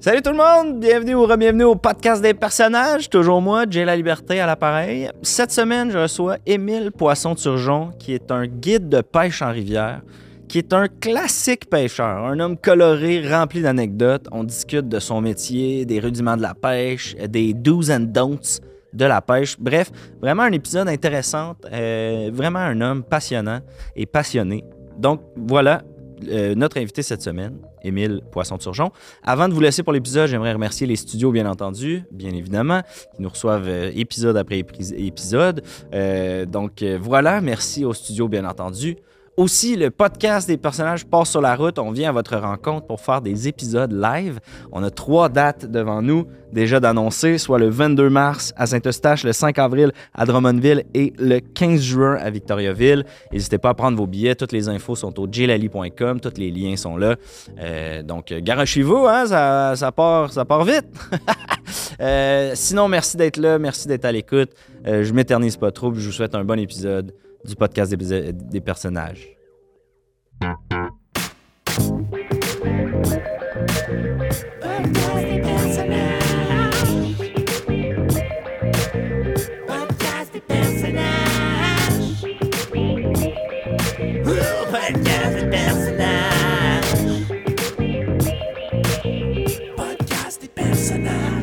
Salut tout le monde, bienvenue ou re-bienvenue au podcast des personnages. Toujours moi, Jay La Liberté à l'appareil. Cette semaine, je reçois Émile Poisson-Turgeon, qui est un guide de pêche en rivière, qui est un classique pêcheur, un homme coloré, rempli d'anecdotes. On discute de son métier, des rudiments de la pêche, des do's and don'ts de la pêche. Bref, vraiment un épisode intéressant, euh, vraiment un homme passionnant et passionné. Donc voilà euh, notre invité cette semaine, Émile Poisson-Turgeon. Avant de vous laisser pour l'épisode, j'aimerais remercier les studios, bien entendu, bien évidemment, qui nous reçoivent euh, épisode après épris- épisode. Euh, donc euh, voilà, merci aux studios, bien entendu. Aussi, le podcast des personnages passe sur la route. On vient à votre rencontre pour faire des épisodes live. On a trois dates devant nous déjà d'annoncer, soit le 22 mars à Saint-Eustache, le 5 avril à Drummondville et le 15 juin à Victoriaville. N'hésitez pas à prendre vos billets. Toutes les infos sont au jlali.com. Tous les liens sont là. Euh, donc, euh, garochez-vous, hein, ça, ça part, ça part vite. Euh, sinon, merci d'être là, merci d'être à l'écoute. Euh, je m'éternise pas trop, puis je vous souhaite un bon épisode du podcast des, des personnages. Podcast des personnages. Podcast des personnages. Ouh, Podcast des personnages. Podcast des personnages.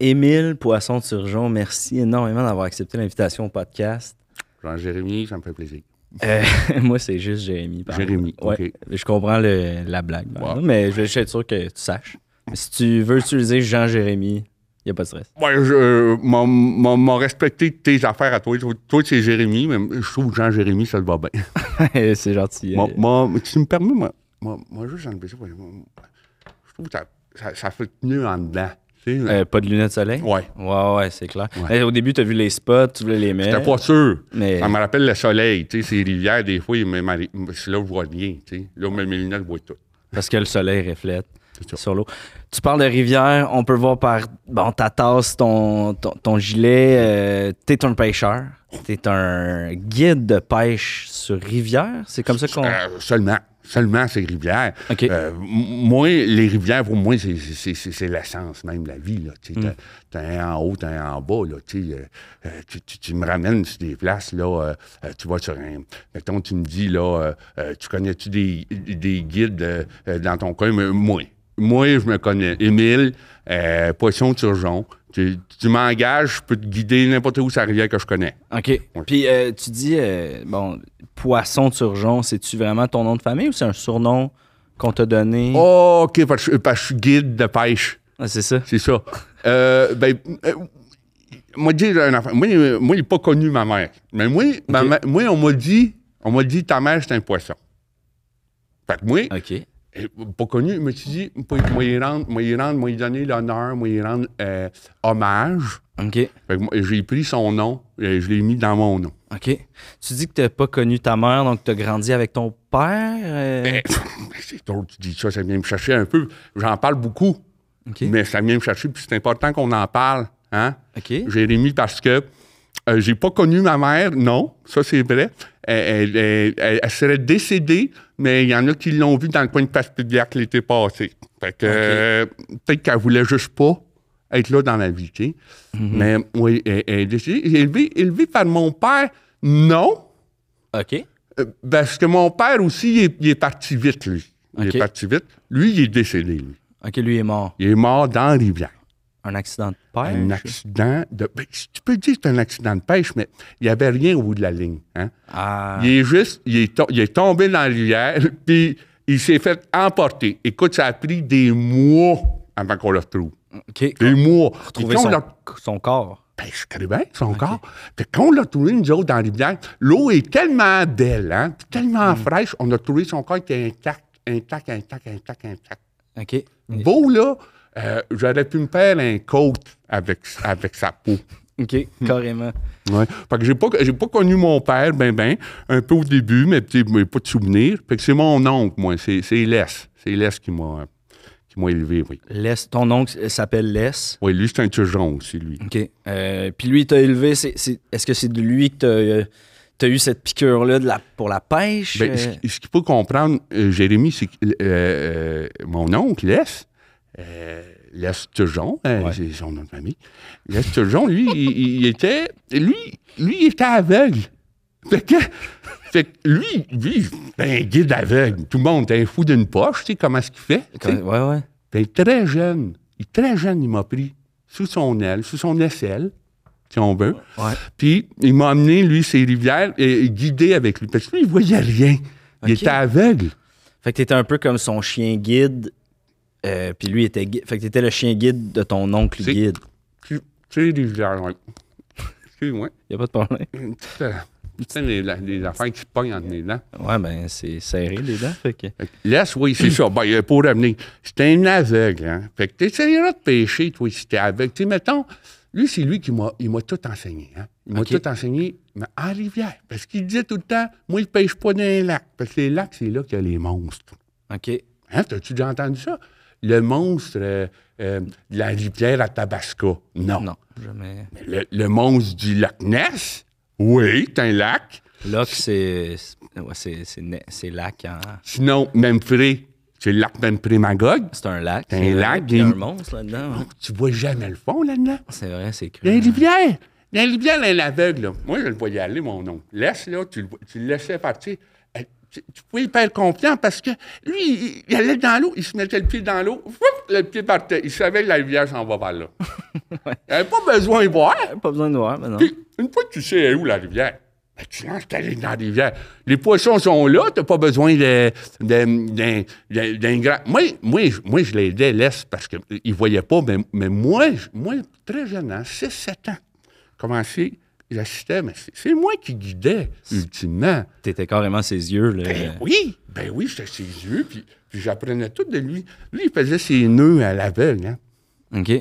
Émile Poisson-Turgeon, merci énormément d'avoir accepté l'invitation au podcast. Jean-Jérémy, ça me fait plaisir. Euh, moi, c'est juste Jérémy. par Jérémy, contre. Ouais, Je comprends le- la blague, par Wow. contre, mais je vais juste être sûr que tu saches. Si tu veux utiliser Jean-Jérémy, il n'y a pas de stress. Ouais, je euh, m'en- m'en m'en respecté tes affaires à toi. Toi, toi, c'est Jérémy, mais je trouve que Jean-Jérémy, ça te va bien. c'est gentil. euh, Moi- moi, tu me permets, moi, moi, moi, juste enlever ça. parce que moi, je trouve que ça, ça, ça fait mieux en dedans. Tu sais, Euh, pas de lunettes de soleil? Ouais. Ouais, ouais, c'est clair. Mais Au début, tu as vu les spots, tu voulais les mettre. J'étais pas sûr. mais- Ça me rappelle le soleil. Tu sais, ces rivières, des fois, il me- ma- c'est là où je vois rien. Tu sais. Là, mes mes lunettes, je vois tout. Parce que le soleil reflète ça. sur l'eau. Tu parles de rivière, on peut voir par bon, ta tasse, ton, ton, ton gilet. tu t'es un pêcheur. T'es un guide de pêche sur rivière. C'est comme ça qu'on. Euh, seulement. Seulement ces rivières. OK. Euh, m- moi, les rivières, pour moi, c'est- c'est- c'est c'est- c'est l'essence même de la vie. Là, tu sais. Mm. T'as- T'as un en haut, t'as un en bas. Là, tu sais, euh, euh, tu, tu- tu me ramènes sur des places. Là, euh, euh, tu vas sur un. Mettons, tu me dis, là, euh, euh, tu connais-tu des, des guides euh, euh, dans ton coin? Mais moi. Moi, je me connais. Émile, euh, Poisson-Turgeon. Tu, tu m'engages, je peux te guider n'importe où sur la rivière que je connais. OK. Puis euh, tu dis, euh, bon, poisson turgeon, c'est-tu vraiment ton nom de famille ou c'est un surnom qu'on t'a donné? Oh, OK, parce que parce que je suis guide de pêche. Ah, c'est ça. C'est ça. Euh, ben, euh, moi, dire un enfant. Moi, euh, moi, il n'est pas connu, ma mère. Mais moi, ma mère- moi on m'a dit, on m'a dit, ta mère, c'est un poisson. Fait que moi, OK. euh, pas connu, je me suis dit, moi, moi, il rendre, moi, il rendre, moi, il donner l'honneur, moi, il rendre euh, hommage. OK. Fait que moi, j'ai pris son nom, et je l'ai mis dans mon nom. OK. Tu dis que t'as pas connu ta mère, donc t'as grandi avec ton père. euh, Eh, c'est drôle, tu dis ça, ça vient me chercher un peu. J'en parle beaucoup, OK. mais ça vient me chercher, puis c'est important qu'on en parle. Hein? OK. Jérémy, parce que euh, j'ai pas connu ma mère, non, ça c'est vrai. Elle, elle- elle- elle- elle serait décédée, mais il y en a qui l'ont vue dans le coin de Paspidiac l'été passé. Fait que euh, peut-être qu'elle voulait juste pas être là dans la vie, tu sais. Mais oui, elle, elle est décédée. J'ai Élevé, élevé par mon père, non, OK. euh, parce que mon père aussi, il est, il est parti vite, lui. Il OK. est parti vite. Lui, il est décédé, lui. OK, lui est mort. Il est mort dans Rivière. Un accident de pêche. un accident de. ben, tu peux dire que c'est un accident de pêche, mais il n'y avait rien au bout de la ligne. hein. Ah, Il est juste, il est, to- il est tombé dans la rivière, puis il s'est fait emporter. Écoute, ça a pris des mois avant qu'on le retrouve. OK. Des mois. Trouver Puis quand son, on l'a- son corps. ben, je connais bien son corps. Puis quand on l'a trouvé, nous autres, dans la rivière, l'eau est tellement belle, hein, puis Mm. tellement fraîche, on a trouvé son corps qui est intact, intact, intact, intact, intact. OK. Beau, là, euh, j'aurais pu me faire un coat avec, avec sa peau. OK, Mm. carrément. Ouais. Fait que j'ai pas, j'ai pas connu mon père, ben ben, un peu au début, mais tu sais, mais pas de souvenirs. Fait que c'est mon oncle, moi, c'est, c'est Les. C'est Les qui m'a, qui m'a élevé, oui. Les, ton oncle euh, s'appelle Les. Oui, lui, c'est un turgeon aussi, lui. OK. Euh, puis lui, il t'a élevé. c'est- c'est- Est-ce que c'est de lui que t'as, euh, T'as eu cette piqûre-là de la, pour la pêche? Ben, euh, ce qui- ce qu'il faut comprendre, euh, Jérémy, c'est que euh, euh, mon oncle, Les, euh, Les Turgeon, euh, Ouais. c'est son nom de famille, Les Turgeon, lui, il, il était, lui, lui, il était aveugle. Fait que, fait que lui, lui, ben, guide aveugle. Tout le monde est un fou d'une poche, tu sais, comment est-ce qu'il fait? tu sais. quand- Euh, ouais, ouais. Ben, très jeune, il, très jeune, il m'a pris sous son aile, sous son aisselle, si on veut. Ouais. Puis il m'a amené, lui, ses rivières, et, et guidé avec lui. Parce que lui, il voyait rien. Il Ok. était aveugle. Fait que t'étais un peu comme son chien guide. euh, puis lui était guide. Fait que t'étais le chien guide de ton oncle C'est- guide. Tu sais, les rivières, ouais. Excuse-moi. Y a pas de problème. Une petite, euh, Putain, les, les affaires qui se pognent entre les dents. Ouais, ben c'est serré les dents. Fait que. Fait que Laisse, oui, c'est ça. Ben, euh, pour revenir, c'était un aveugle, hein. Fait que t'essayeras de pêcher, toi, si t'es aveugle. Tu sais, mettons, lui, c'est lui qui m'a, il m'a tout enseigné, hein. Il m'a OK. tout enseigné, mais en rivière. Parce qu'il disait tout le temps, moi, je pêche pas dans les lacs. Parce que les lacs, c'est là qu'il y a les monstres. OK. Hein, t'as-tu déjà entendu ça? Le monstre euh, euh, de la rivière à Tabasco. Non. Non, jamais. Le, le monstre du lac Ness? Oui, c'est un lac. Loc, c'est. c'est- Ouais, c'est- c'est na- c'est lac. hein. Sinon, Memphis, c'est le lac Memphis Magog. C'est un lac. C'est un c'est vrai, lac, puis Il y a il- un monstre là-dedans. ouais. Tu vois jamais le fond là-dedans. C'est vrai, Ah, c'est Dans les cru. rivières. Dans les rivières, dans l'aveugle. là. Moi, je le voyais aller, mon nom. Laisse, là, tu le, tu le laissais partir. Euh, Tu, tu pouvais y perdre confiance parce que lui, il, il allait dans l'eau, il se mettait le pied dans l'eau, foup, le pied partait. Il savait que la rivière s'en va vers là. Il n'avait pas besoin de voir. Pas besoin de voir maintenant. Puis, Hein? une fois que tu sais où la rivière, ben, tu lances ta ligne dans la rivière. Les poissons sont là, t'as pas besoin de- de- d'un d'un- d'un grand. Moi, moi, je- moi je l'aidais, l'Est, parce qu'ils ne voyaient pas, mais, mais moi, je- moi, très jeune, à 6-7 ans, commencé, j'assistais, mais c'est- c'est moi qui guidais, ultimement. T'étais carrément ses yeux. Là. Ben oui, ben oui, j'étais ses yeux, puis, puis j'apprenais tout de lui. Lui, il faisait ses nœuds à l'aveugle, hein. OK.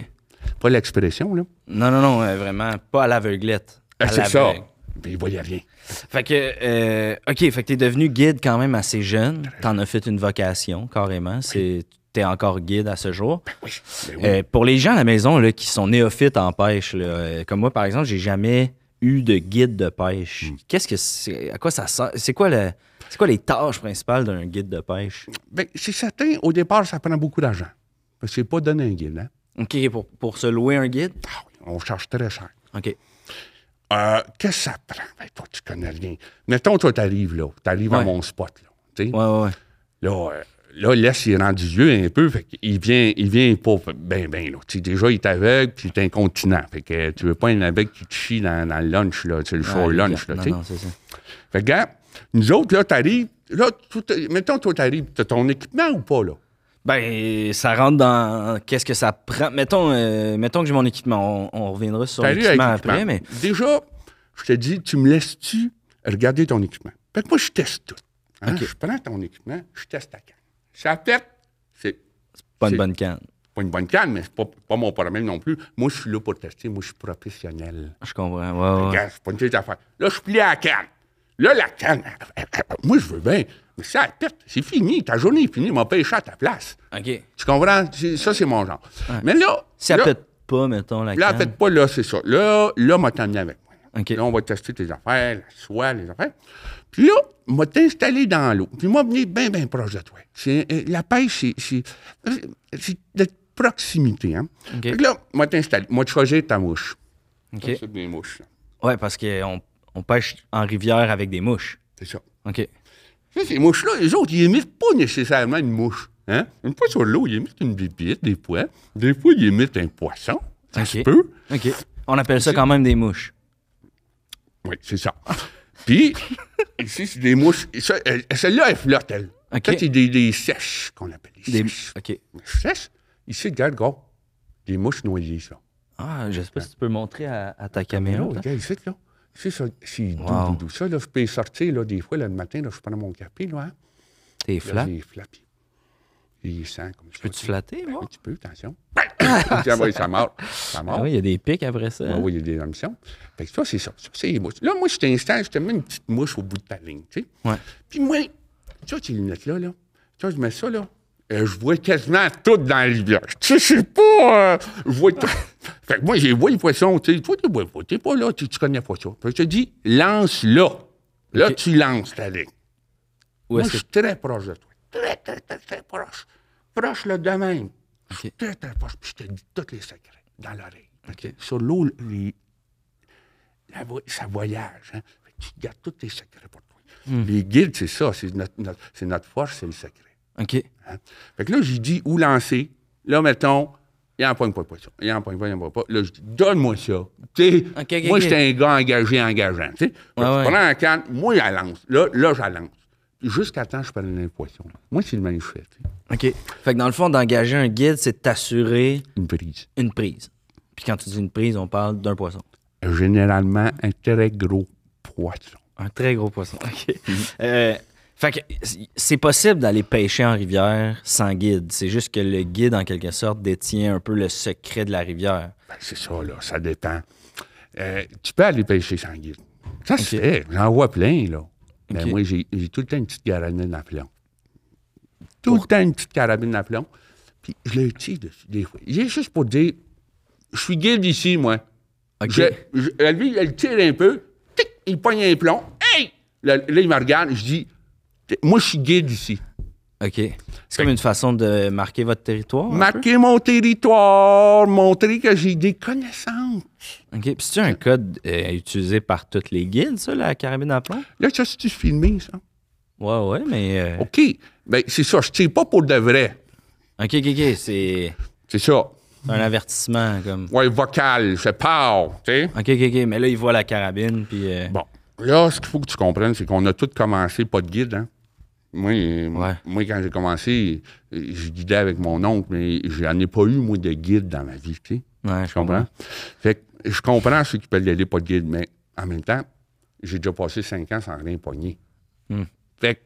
Pas l'expression, là. Non, non, non, euh, vraiment, pas à l'aveuglette. Ah, à c'est ça. l'aveugle. Ben, il voyait rien. Fait que, euh, OK, fait que t'es devenu guide quand même assez jeune. T'en as fait une vocation, carrément. C'est, t'es encore guide à ce jour. Oui, ben oui. Euh, pour les gens à la maison là, qui sont néophytes en pêche, là, euh, comme moi, par exemple, j'ai jamais eu de guide de pêche. Qu'est-ce que c'est? À quoi ça sert? C'est quoi, le, c'est quoi les tâches principales d'un guide de pêche? Bien, Ben, c'est certain, au départ, ça prend beaucoup d'argent. Parce que c'est pas donné un guide, hein? OK, pour, pour se louer un guide? Ah oui, on charge très cher. OK. Euh, qu'est-ce que ça prend? Ben, toi, tu connais rien. Mettons, toi, t'arrives là. T'arrives à Ouais. mon spot, là. tu sais. Ouais, ouais, ouais. Là, euh, là, l'Est, il est rendu vieux un peu. Fait qu'il vient, il vient pas ben, ben, là. Tu sais, déjà, il est aveugle, puis il est incontinent. Fait que euh, tu veux pas un aveugle qui te chie dans, dans le lunch, là. Tu sais, le Ah, short lunch, là, non, tu sais. non, c'est ça. Fait que, gars, nous autres, là, t'arrives... Là, tout, mettons, toi, t'arrives, t'as ton équipement ou pas, là? Ben, ça rentre dans qu'est-ce que ça prend. Mettons, euh, mettons que j'ai mon équipement. On, on reviendra sur Salut l'équipement avec après, mais l'équipement. Déjà, je te dis, tu me laisses-tu regarder ton équipement? Fait que moi, je teste tout. hein. OK. Je prends ton équipement, je teste ta canne. Ça pète, c'est pas une C'est- bonne canne. pas une bonne canne, mais c'est pas, pas mon problème non plus. Moi, je suis là pour tester. Moi, je suis professionnel. Je comprends. Ouais, ouais. Regarde, c'est pas une petite affaire. Là, je plie à la canne. Là, la canne, elle- elle- elle- moi, je veux bien. Mais ça pète, c'est fini. Ta journée est finie. M'a pêché à ta place. OK. Tu comprends? C'est- Ça, c'est mon genre. Mais là. Si elle là- pète pas, mettons, la Là, canne. faites pas là, c'est ça. Là, là, m'a t'emmené avec moi. OK. Là, on va tester tes affaires, la soie, les affaires. Puis là, m'a t'installé dans l'eau. Puis moi, venir bien, bien proche de toi. C'est, euh, la pêche, c'est, c'est, euh, c'est de proximité. Hein? OK. Fait que là, m'a t'installé. M'a choisi ta mouche. OK. C'est des mouches. là. Ouais, parce qu'on on pêche en rivière avec des mouches. C'est ça. OK. Ça, ces mouches-là, les autres, ils émettent pas nécessairement une mouche. Hein? Une fois sur l'eau, ils émettent une bibite, des fois. Des fois, ils émettent un poisson. Ça se OK. peut. OK. On appelle ça quand même des mouches. Oui, c'est ça. Puis, ici, c'est des mouches. ça, elle- Celle-là, elle flotte, elle. OK. Ça, c'est des, des sèches qu'on appelle. Des Des... sèches. OK. Sèches? Ici, regarde, gars. Des mouches noyées, ça. Ah, je sais pas si tu peux montrer à, à ta caméra. Là, regarde, ici, là. C'est ça, c'est doux, Ah hein? Wow. doux, doux. Ça, là, je peux sortir, là, des fois, là, le matin, là, je prends mon café, là, hein. T'es Là, flat. j'ai flappé. Il sent comme ça. Peux-tu flatter, Bah Oui, moi? tu peux, attention. Ah, oui, ça mord. Ça mord. Ah oui, hein? il y a des pics après ça. Ah oui, il y a des ambitions. Fait que ça, c'est ça. Ça, c'est les mouches. Là, moi, je t'installe, je te mets une petite mouche au bout de ta ligne, tu sais. Ouais. Puis moi, tu vois, ces lunettes-là, là, tu vois, je mets ça, là, euh, je vois quasiment tout dans la rivière. Tu sais, je sais pas, euh, je vois tout. fait que moi, j'ai vu le poisson, tu sais, toi, tu vois pas, t'es pas là, tu, tu connais pas ça. Fait que je te dis, lance là. Là, Ok. tu lances ta ligne. Ou Moi, est-ce je que suis très proche de toi. Très, très, très, très proche. Proche le de même. Je suis OK. très, très proche. Puis je te dis tous les secrets dans l'oreille. OK. Sur l'eau, les- la vo- ça voyage. Hein? Fait que Tu gardes tous tes secrets pour toi. Hmm. Les guides, c'est ça. C'est notre, notre- c'est notre force, c'est le secret. OK. hein. Fait que là, j'ai dit où lancer. Là, mettons, il en pogne pas, pas ça. Il en pogne pas, il en pogne pas. Là, je dis, donne-moi ça. Tu sais, OK, OK, moi, OK. j'étais un gars engagé, engageant. Tu sais, Fait que Ouais, tu ouais. prends la canne, moi, je la lance. Là, là je la lance. Jusqu'à temps, je prenne un poisson. Moi, c'est le même que je fais, tu sais. OK. Fait que dans le fond, d'engager un guide, c'est t'assurer Une prise. une prise. Puis quand tu dis une prise, on parle d'un poisson. Généralement, un très gros poisson. Un très gros poisson. OK. Mhm. Euh, fait que c'est possible d'aller pêcher en rivière sans guide. C'est juste que le guide, en quelque sorte, détient un peu le secret de la rivière. Ben, c'est ça, là, ça dépend. Euh, tu peux aller pêcher sans guide. Ça se fait. J'en vois plein, là. Mais Ok. moi, j'ai j'ai tout le temps une petite carabine à plomb. Tout le temps une petite carabine à plomb. Puis je l'utilise dessus, des fois. J'ai juste pour dire, je suis guide ici, moi. OK. Je- je- lui, il tire un peu, tic, il pogne un plomb. Hey! Là, là, il me regarde, je dis, moi, je suis guide ici. OK. C'est comme une façon de marquer votre territoire. un Marquer mon territoire, montrer que j'ai des connaissances. peu? OK. Puis c'est un code euh, utilisé par tous les guides, ça, la carabine à plomb? Là, ça, c'est-tu filmé, ça? Ouais, ouais, mais. euh, OK. Ben, c'est ça. Je tire pas pour de vrai. OK, OK, OK. C'est C'est ça. un avertissement, comme. Ouais, vocal. Je parle. Tu sais? OK, OK, OK. Mais là, il voit la carabine, puis. euh, Bon. Là, ce qu'il faut que tu comprennes, c'est qu'on a tous commencé pas de guide, hein? Moi, euh, Ouais. moi quand j'ai commencé, euh, je guidais avec mon oncle, mais j'en ai pas eu, moi, de guide dans ma vie, tu sais? Ouais, Tu comprends? Fait que je comprends ceux qui peuvent y aller pas de guide, mais en même temps, j'ai déjà passé cinq ans sans rien pogner. Hmm. Fait que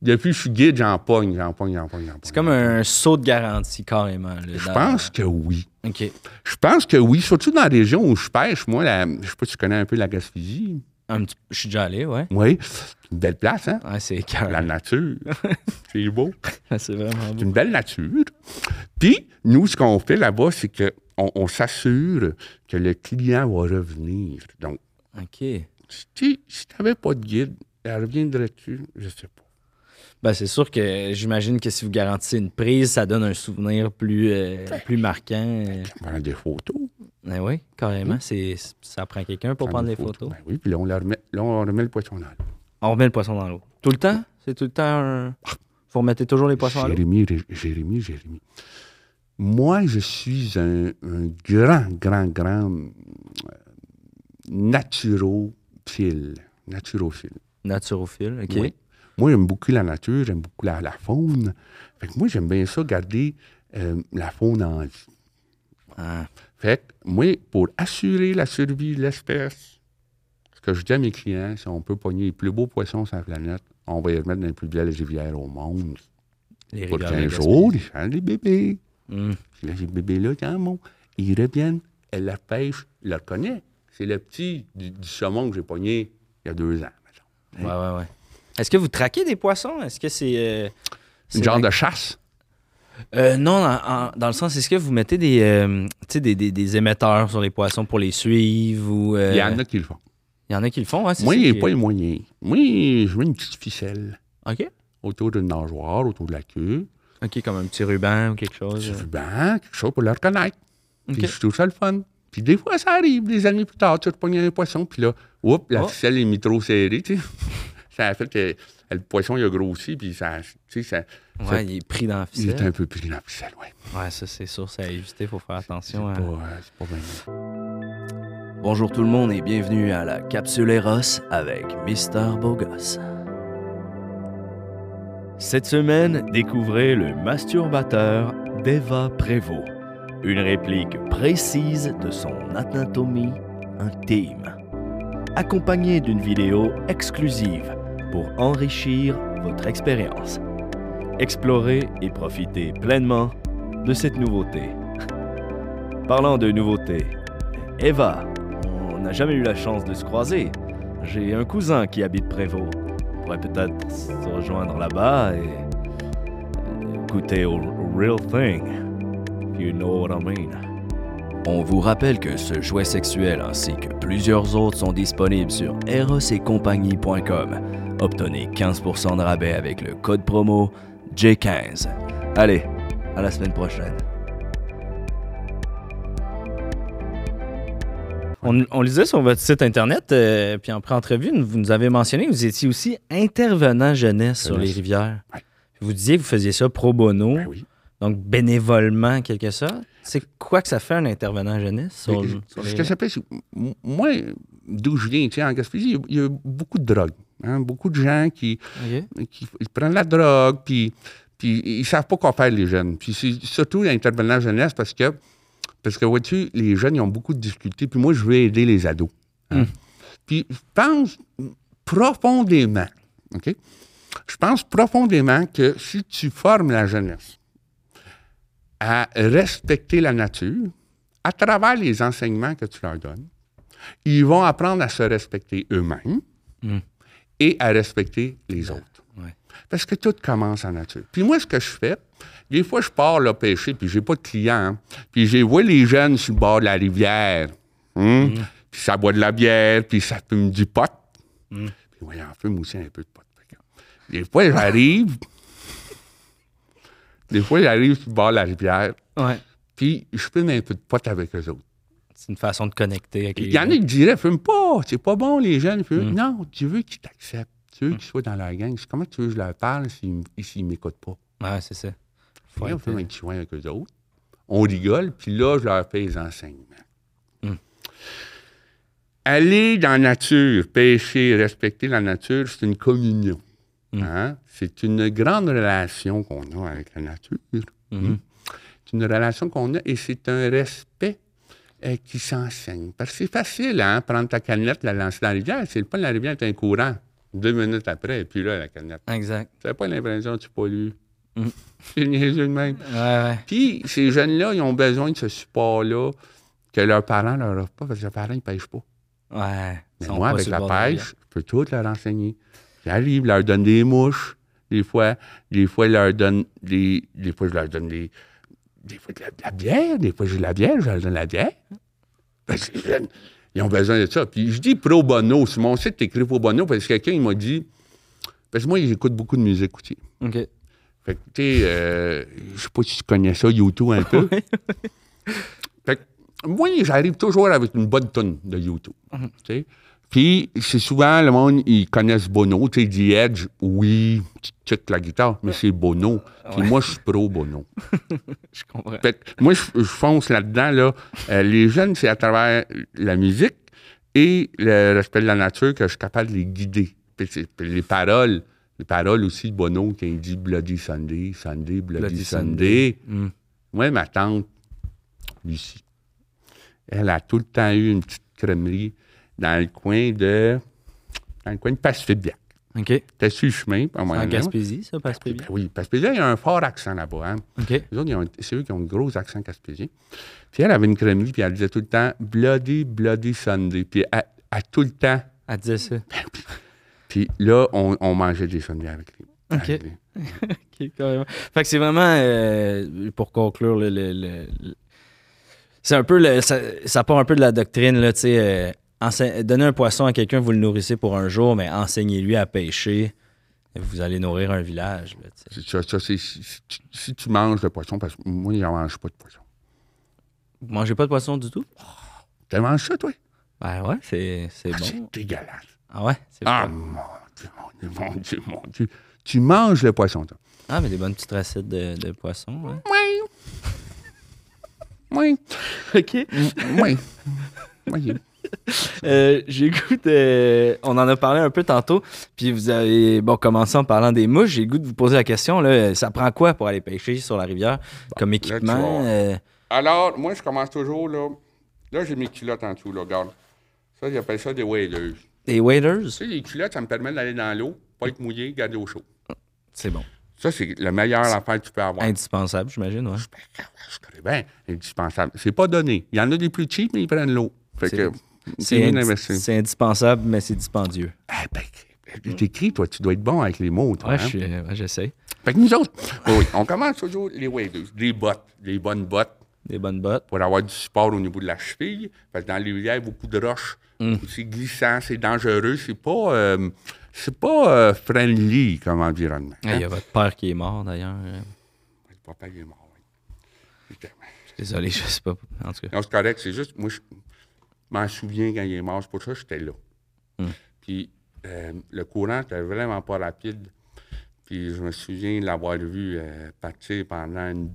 depuis que je suis guide, j'en pogne, j'en pogne, j'en pogne, j'en pogne. C'est comme un saut de garantie, carrément. là, Je dans- pense que oui. OK. Je pense que oui, surtout dans la région où je pêche. Moi, la- je sais pas si tu connais un peu la Gaspésie. Un petit- Je suis déjà allé, ouais. Oui, c'est une belle place, hein? Ouais, c'est La carrément. nature. c'est beau. C'est vraiment C'est beau. une belle nature. Puis, nous, ce qu'on fait là-bas, c'est qu'on on, s'assure que le client va revenir. Donc, OK. si tu si n'avais pas de guide, elle reviendrait-tu? Je sais pas. Ben, c'est sûr que j'imagine que si vous garantissez une prise, ça donne un souvenir plus, euh, plus marquant. euh. Prendre des photos. Ben oui, carrément. C'est, ça prend quelqu'un pour prendre des photos. Ben oui, puis là, on, la remet, là, on remet le poisson dans l'eau. On remet le poisson dans l'eau. Tout le temps? C'est tout le temps un... Vous remettez toujours les poissons dans l'eau? Jérémy, Ré- Jérémy, Jérémy. Moi, je suis un, un grand, grand, grand euh, naturophile. Naturophile. Naturophile, OK. Oui. Moi, j'aime beaucoup la nature, j'aime beaucoup la, la faune. Fait que moi, j'aime bien ça, garder euh, la faune en vie. Ah, Fait que moi, pour assurer la survie de l'espèce, ce que je dis à mes clients, si on peut pogner les plus beaux poissons sur la planète, on va les remettre dans les plus belles rivières au monde. les Pour rivières de 15 Gaspé. jours, ils changent les bébés. Hum. Puis là, ces bébés-là, quand mon- ils reviennent, elle la pêche, elle le reconnaît. C'est le petit du, du saumon que j'ai pogné il y a deux ans. mettons. Ouais, ouais, ouais. Est-ce que vous traquez des poissons? Est-ce que c'est... euh, c'est Une genre de chasse. Euh, non, en- en- dans le sens, est-ce que vous mettez des, euh, tu sais, des, des- des émetteurs sur les poissons pour les suivre ou. euh, Il y en a qui le font. il y en a qui le font, hein, c'est Moi, ça il qui- n'y a pas les moyens. Moi, je mets une petite ficelle OK. autour d'une nageoire, autour de la queue, OK, comme un petit ruban ou quelque chose. euh. du ruban, ben, quelque chose pour le reconnaître. OK. Puis je trouve ça le fun. Puis des fois, ça arrive, des années plus tard, tu repognes un poisson, puis là, oups, la Oh. ficelle est mis trop serrée, tu sais. ça a fait que euh, le poisson, il a grossi, puis ça, tu sais, ça, Ouais, il est pris dans la il est ficelle. un peu pris dans la ficelle, ouais. Ouais, ça, c'est sûr, c'est ajusté, faut faire C'est attention. à- pas, euh, c'est pas bien. Oh. Bonjour tout le monde et bienvenue à la Capsule Eros avec Mister Bogos. Cette semaine, découvrez le masturbateur Deva Prévost, une réplique précise de son anatomie intime, accompagnée d'une vidéo exclusive pour enrichir votre expérience. Explorez et profitez pleinement de cette nouveauté. Parlant de nouveautés, Eva, on n'a jamais eu la chance de se croiser. J'ai un cousin qui habite Prévost. On pourrait peut-être se rejoindre là-bas et écouter au au real thing. if You know what I mean. On vous rappelle que ce jouet sexuel ainsi que plusieurs autres sont disponibles sur erosetcompagnie.com. Obtenez 15% de rabais avec le code promo J15. Allez, à la semaine prochaine. On, on lisait sur votre site internet, euh, puis en pré-entrevue, nous- vous nous avez mentionné que vous étiez aussi intervenant jeunesse sur les Jeunesse. rivières. Ouais. Vous disiez que vous faisiez ça pro bono, Ben oui. donc bénévolement, en quelque sorte. C'est quoi que ça fait un intervenant jeunesse sur, Mais, le- sur les Ce que ça fait, c'est que m- moi, d'où je viens, tu sais, en Gaspésie, il y a- il y, a beaucoup de drogue. hein, beaucoup de gens qui, Ok. qui f- ils prennent la drogue, puis, puis ils savent pas quoi faire, les jeunes. Puis c'est surtout l'intervenant jeunesse parce que, parce que vois-tu, les jeunes, ils ont beaucoup de difficultés. Puis moi, je veux aider les ados. hein. Puis je pense profondément, OK? Je pense profondément que si tu formes la jeunesse à respecter la nature, à travers les enseignements que tu leur donnes, ils vont apprendre à se respecter eux-mêmes et à respecter les autres. Ouais. Parce que tout commence en nature. Puis moi, ce que je fais, des fois, je pars là, pêcher, puis j'ai pas de clients, hein, puis je vois les jeunes sur le bord de la rivière, hein, puis ça boit de la bière, puis ça fume du pot. Puis moi, j'en fume aussi un peu de pot. Fait que Des fois, j'arrive, des fois, j'arrive sur le bord de la rivière, Ouais. puis je fume un peu de pot avec eux autres. C'est une façon de connecter avec les Il y en a gens. qui diraient, fume pas, c'est pas bon, les jeunes fument. Non, tu veux qu'ils t'acceptent. Tu veux qu'ils soient dans leur gang. Comment tu veux que je leur parle s'ils m- s'ils ne m'écoutent pas? Ouais, c'est ça. Faut Viens, on être- fait un petit soin avec eux autres. On rigole, puis là, je leur fais les enseignements. Aller dans la nature, pêcher, respecter la nature, c'est une communion. hein. C'est une grande relation qu'on a avec la nature. Hmm. C'est une relation qu'on a et c'est un respect euh, qui s'enseigne. Parce que c'est facile, hein, prendre ta canette, la lancer dans la rivière. C'est le pas de la rivière, est un courant. Deux minutes après, et puis là, la canette. Exact. Tu pas l'impression que tu pollues. C'est niaiseux de même. Ouais, ouais. Puis, ces jeunes-là, ils ont besoin de ce support-là que leurs parents ne leur offrent pas, parce que leurs parents, ils ne pêchent pas. Ouais. Ils Mais sont moi, pas avec sur la le bord de pêche, je peux tout leur enseigner. J'arrive, je leur donne des mouches, des fois. Des fois, je leur donne des... Des fois, je leur donne des... Des fois, de la, de la bière. Des fois, j'ai de la bière, je leur donne de la bière. Parce que les jeunes, ils ont besoin de ça. Puis je dis pro bono. Sur mon site, écrit pro bono parce que quelqu'un, il m'a dit... Parce que moi, j'écoute beaucoup de musique aussi. la rivière. OK. Fait que, tu sais, euh, je sais pas si tu connais ça, YouTube un peu. fait que, moi, j'arrive toujours avec une bonne tonne de YouTube. tu sais. Puis, c'est souvent, le monde, ils connaissent Bono. Tu sais, dit Edge, oui, tu check la guitare, mais c'est Bono. Puis moi, je suis pro Bono. Je comprends. Fait que moi, je, je fonce là-dedans. Là. Euh, les jeunes, c'est à travers la musique et le respect de la nature que je suis capable de les guider. Puis c'est- puis les paroles, les paroles aussi de Bono qui dit Bloody Sunday, Sunday, Bloody, Bloody Sunday. Mm. Moi, ma tante, Lucie, elle a tout le temps eu une petite crèmerie dans le coin de. dans le coin de Pacifique. OK. T'as su le chemin, pas En moi. Ben Gaspésie, ça passe bien. Oui, Pacifique, il y a un fort accent là-bas. hein. OK. Les autres, ils ont- c'est eux qui ont un gros accent caspésien. Puis elle avait une crèmerie, puis elle disait tout le temps Bloody, Bloody Sunday. Puis à, tout le temps. Elle disait ça. Puis là, on, on mangeait des sundays avec lui. OK. OK, carrément. Fait que c'est vraiment, euh, pour conclure, le, le- le- le- c'est un peu, le, ça, ça part un peu de la doctrine, là, tu sais, euh, ense- donner un poisson à quelqu'un, vous le nourrissez pour un jour, mais enseignez-lui à pêcher, et vous allez nourrir un village, là, tu sais. Ça, ça, c'est- si, si tu- si tu manges le poisson, parce que moi, je mange pas de poisson. Vous mangez pas de poisson du tout? Tu manges ça, toi Ben ouais, c'est, c'est Ah, bon. C'est dégueulasse. Ah ouais? C'est Ah, bon. mon Dieu, mon Dieu, mon Dieu, mon Dieu. Tu manges le poisson, toi. Ah, mais des bonnes petites recettes de, de poisson, ouais. Oui. Oui. OK. Mm, Oui. Oui. Euh, j'ai le goût de- On en a parlé un peu tantôt, puis vous avez bon, commencé en parlant des mouches. J'ai le goût de vous poser la question, là, euh, ça prend quoi pour aller pêcher sur la rivière comme tu équipement? vois. euh, Alors, moi, je commence toujours, là. Là, j'ai mes culottes en dessous, là, regarde. Ça, j'appelle ça des waders. Tu des waders? sais, les culottes, ça me permet d'aller dans l'eau, pas être mouillé, garder au chaud. C'est bon. Ça, c'est la meilleure affaire que tu peux avoir. Indispensable, j'imagine, ouais. Je connais bien, indispensable. C'est pas donné. Il y en a des plus cheap, mais ils prennent l'eau. Fait C'est- que, C'est bien indi- investi. c'est indispensable, mais c'est dispendieux. Ah, ben, t'écris, toi, tu dois être bon avec les mots, toi. Ouais, hein? je suis- ouais, j'essaie. Fait que nous autres, oui, oui, on commence toujours les waders, des bottes, des bonnes bottes. Des bonnes bottes. pour avoir du support au niveau de la cheville. Parce que dans les rivières, il y a beaucoup de roches. Mm. C'est glissant, c'est dangereux, c'est pas, euh, c'est pas euh, friendly comme environnement. hein. Ah, Il y a votre père qui est mort d'ailleurs. Euh, Le papa, il est mort. oui. je suis Désolé, je sais pas. En tout cas. Non, c'est correct, c'est juste, moi, je m'en souviens quand il est mort, c'est pour ça que j'étais là. Hmm. Puis euh, le courant était vraiment pas rapide. Puis je me souviens de l'avoir vu euh, partir pendant une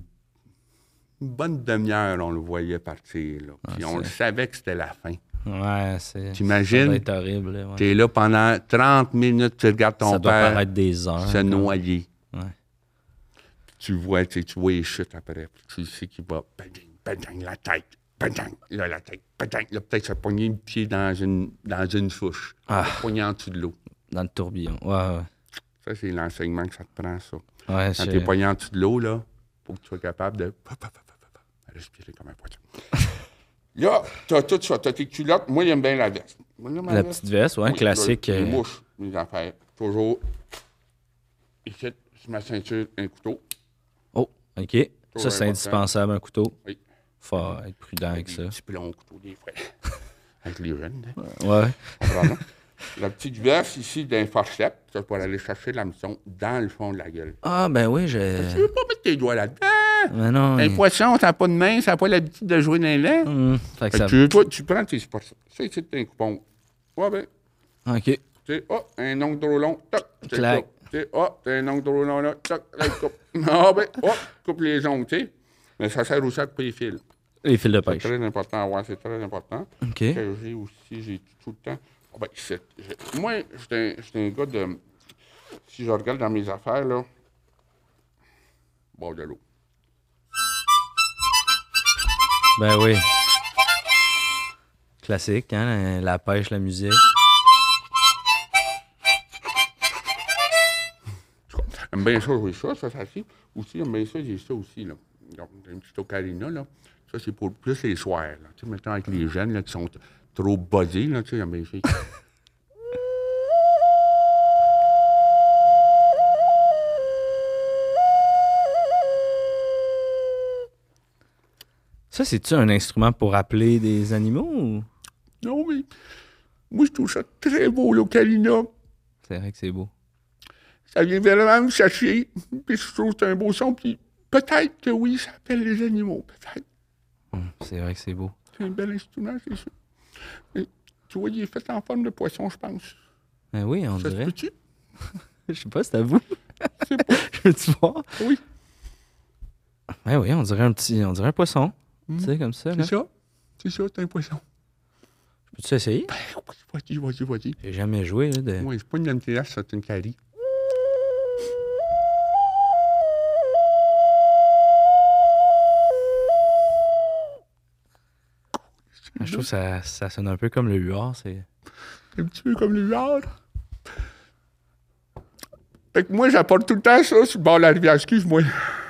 une bonne demi-heure, on le voyait partir. là. Ah, Puis on le savait que c'était la fin. Ouais, c'est. T'imagines? Ça doit être horrible. là, ouais. T'es là pendant 30 minutes, tu regardes ton Ça doit père paraître des heures. se là. noyer. Ouais. Tu vois, tu sais, tu vois les chutes après. puis tu sais qu'il va badang, badang, la tête, badang, là, la tête, badang. Là, peut-être se pogner le pied dans une, dans une souche. Ah. Se pogner en dessous de l'eau. Dans le tourbillon. Ouais, ouais. Ça, c'est l'enseignement que ça te prend, ça. Ouais, Quand je- t'es pogné en dessous de l'eau, là, faut que tu sois capable de pa, pa, pa, pa, pa, pa, respirer comme un poisson. là, t'as tout ça. T'as tes culottes. Moi, j'aime bien la veste. Moi, là, ma La petite veste, ouais, Oui, classique. Les, les euh, mouches, mes affaires. Toujours. Ici, sur ma ceinture, un couteau. Oh, OK. Ça, c'est important. indispensable, un couteau. Oui. Faut être prudent avec ça. Un petit long couteau des fois. Avec les jeunes. hein. Ouais. Comprends-moi. La petite veste ici d'un forceps, ça pour aller chercher l'hameçon dans le fond de la gueule. Ah, ben oui, Tu j'ai. veux pas mettre tes doigts là-dedans? Mais non. Un mais- poisson, t'as pas de main, ça n'a pas l'habitude de jouer dans les lait. Hum, fait que Fait que ça. tu, toi, tu prends tes sports. Ça, c'est un coupon. Ouais, ben, OK. Tu sais, oh, un ongle trop long, toc, tu le Clac. coupes. Tu sais, oh, t'as un ongle trop long là, toc, là, tu coupes. Ah ben, oh, coupe les ongles, tu sais. Mais ça sert aussi à couper les fils. Les fils de C'est pêche. très important, ouais, c'est très important. OK. Que J'ai aussi, j'ai tout, tout le temps. Ah ben, c'est- j'ai- moi, j'étais j'étais un gars de. Si je regarde dans mes affaires, là, boire de l'eau. Ben oui. Classique, hein? la- La pêche, la musique. En tout cas, J'aime bien ça, jouer ça, ça, ça, si. Aussi, j'aime bien ça, j'ai ça aussi, là. Donc, j'ai une petite ocarina, là. Ça, c'est pour plus les soirs, là. Tu sais, maintenant, avec les jeunes, là, qui sont t- trop buzzés, là, tu sais, j'aime bien ça. Ça, c'est-tu un instrument pour appeler des animaux ou. non, mais moi, je trouve ça très beau, l'ocarina. C'est vrai que c'est beau. Ça vient vraiment me chercher, puis je trouve que c'est un beau son, puis peut-être que oui, ça appelle les animaux, peut-être. Hum, C'est vrai que c'est beau. C'est un bel instrument, c'est sûr. Mais, tu vois, il est fait en forme de poisson, je pense. Ben oui, on Ça se dirait. peut-tu? Je sais pas, c'est à vous. sais pas. Je veux-tu voir? Oui, Ben oui, on dirait un petit. On dirait un poisson. Tu sais, comme Hmm. ça, là. c'est ça. C'est ça, c'est un poisson. Eh, Peux-tu essayer? Vas-y, vas-y, vas-y. J'ai jamais joué, là. De... Oui, c'est pas une MTS, c'est une carie. Je trouve que ça, ça sonne un peu comme le huard. C'est. C'est un petit peu comme le lard. Fait que moi, j'apporte tout le temps ça sur le bord de la rivière. Excuse-moi.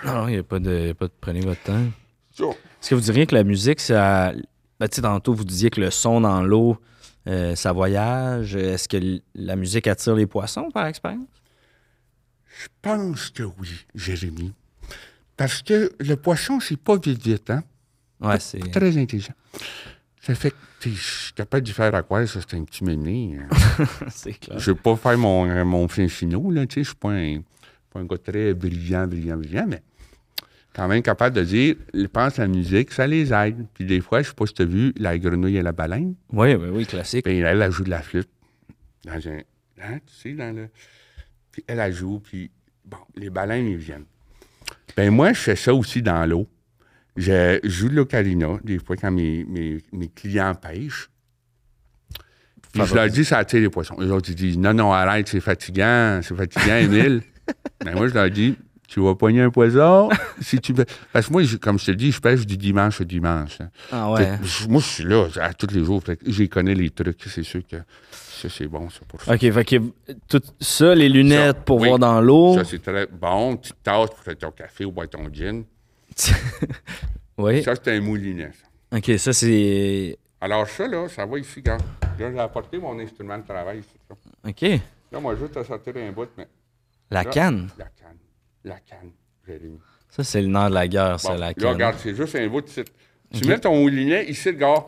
Non, non, il n'y a pas de. Ah, y a pas de prenez votre temps. Ça, Est-ce que vous diriez que la musique, ça. Ben, tu sais, tantôt, vous disiez que le son dans l'eau, euh, ça voyage. Est-ce que l- la musique attire les poissons, par expérience? Je pense que oui, Jérémy. Parce que le poisson, c'est pas vite vite, hein? Ouais, c'est. Très intelligent. Ça fait que t'es- je suis capable d'y faire à quoi, ça, c'est un petit méné. hein. c'est clair. Je vais pas faire mon, euh, mon fin finot, là, tu sais, je suis pas un, pas un gars très brillant, brillant, brillant, mais quand même capable de dire, ils pensent à la musique, ça les aide. Puis des fois, je sais pas si t'as vu La grenouille et la baleine, Oui, oui, oui, classique. puis elle, elle, elle joue de la flûte. Dans un, hein, tu sais, dans le... Puis elle, elle joue, puis bon, les baleines, ils viennent. Ben moi, je fais ça aussi dans l'eau. Je joue de l'ocarina, des fois, quand mes, mes, mes clients pêchent. Puis je leur dis, ça attire les poissons. Les autres, ils disent, non, non, arrête, c'est fatigant, c'est fatigant, Émile. Mais moi, je leur dis, tu vas pogner un poisson si tu veux. Parce que moi, je- comme je te dis, je pêche du dimanche au dimanche. hein. Ah ouais. hein? Fait que je- Moi, je suis là à tous les jours. Fait que j'y connais les trucs. C'est sûr que ça, c'est bon, ça, pour ça. Ok, fait que tout ça, les lunettes Ça, pour oui. voir dans l'eau. Ça, c'est très bon. Petite tasse pour faire ton café ou boire ton gin. oui. Ça, c'est un moulinet, ça. Ok, ça, c'est. Alors, ça, là, ça va ici, gars. Là, j'ai apporté mon instrument de travail. ici, ça. Ok. Là, moi, juste à sortir un bout, mais... La là, canne. Ah, La canne. La canne. Jérémy. Ça, c'est le nom de la guerre, Bon, ça, la là, canne. regarde, c'est juste un bout de site. Tu mets ton linet ici, le gars.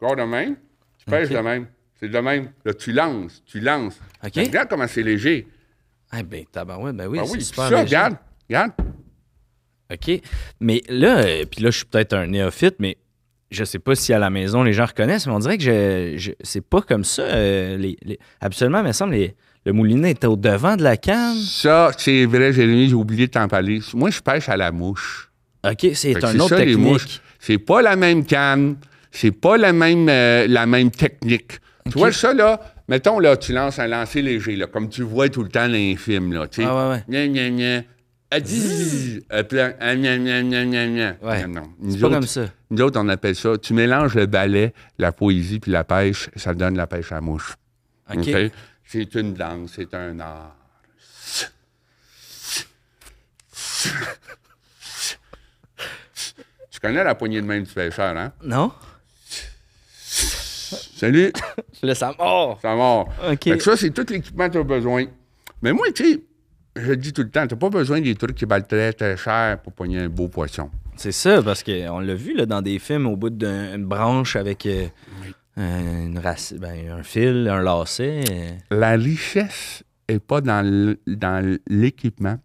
Gars de même. Tu pèses de même. C'est de même. Là, tu lances, tu lances. OK. Mais Regarde comment c'est léger. Ah ben, tabarouette, ben oui, Ben c'est oui, puis super ça, léger. regarde, regarde. OK. Mais là, euh, puis là, je suis peut-être un néophyte, mais je sais pas si à la maison les gens reconnaissent, mais on dirait que je, je- c'est pas comme ça. euh, les, les- Absolument, il me semble, les- le moulinet était au devant de la canne. Ça, c'est vrai, Jérémy, j'ai oublié de t'en parler. Moi, je pêche à la mouche. OK, c'est Fait que un autre ça, les technique. mouches. C'est pas la même canne. C'est pas la même, euh, la même technique. Tu vois, ça, là, mettons, là, tu lances un lancer léger, là, comme tu vois tout le temps dans les films, là, tu sais. Ah ouais, ouais. Gna, gna, gna. Ah, zzz. Ah, puis là, ah, gna, gna, gna, gna, gna. Ouais. Non, non. C'est Nous pas autres, comme ça. nous autres, on appelle ça, tu mélanges le ballet, la poésie puis la pêche, ça donne la pêche à la mouche. OK. OK? C'est une danse, c'est un art. tu connais la poignée de main du pêcheur, hein? Non? Salut, Là, ça mord. ça mort. OK. Fait que ça, c'est tout l'équipement que tu as besoin. Mais moi, tu sais, je le dis tout le temps, tu n'as pas besoin des trucs qui valent très, très cher pour pogner un beau poisson. C'est ça, parce qu'on l'a vu là, dans des films au bout d'une branche avec euh, euh, une race, ben, un fil, un lacet. euh. La richesse n'est pas dans l- dans l'équipement.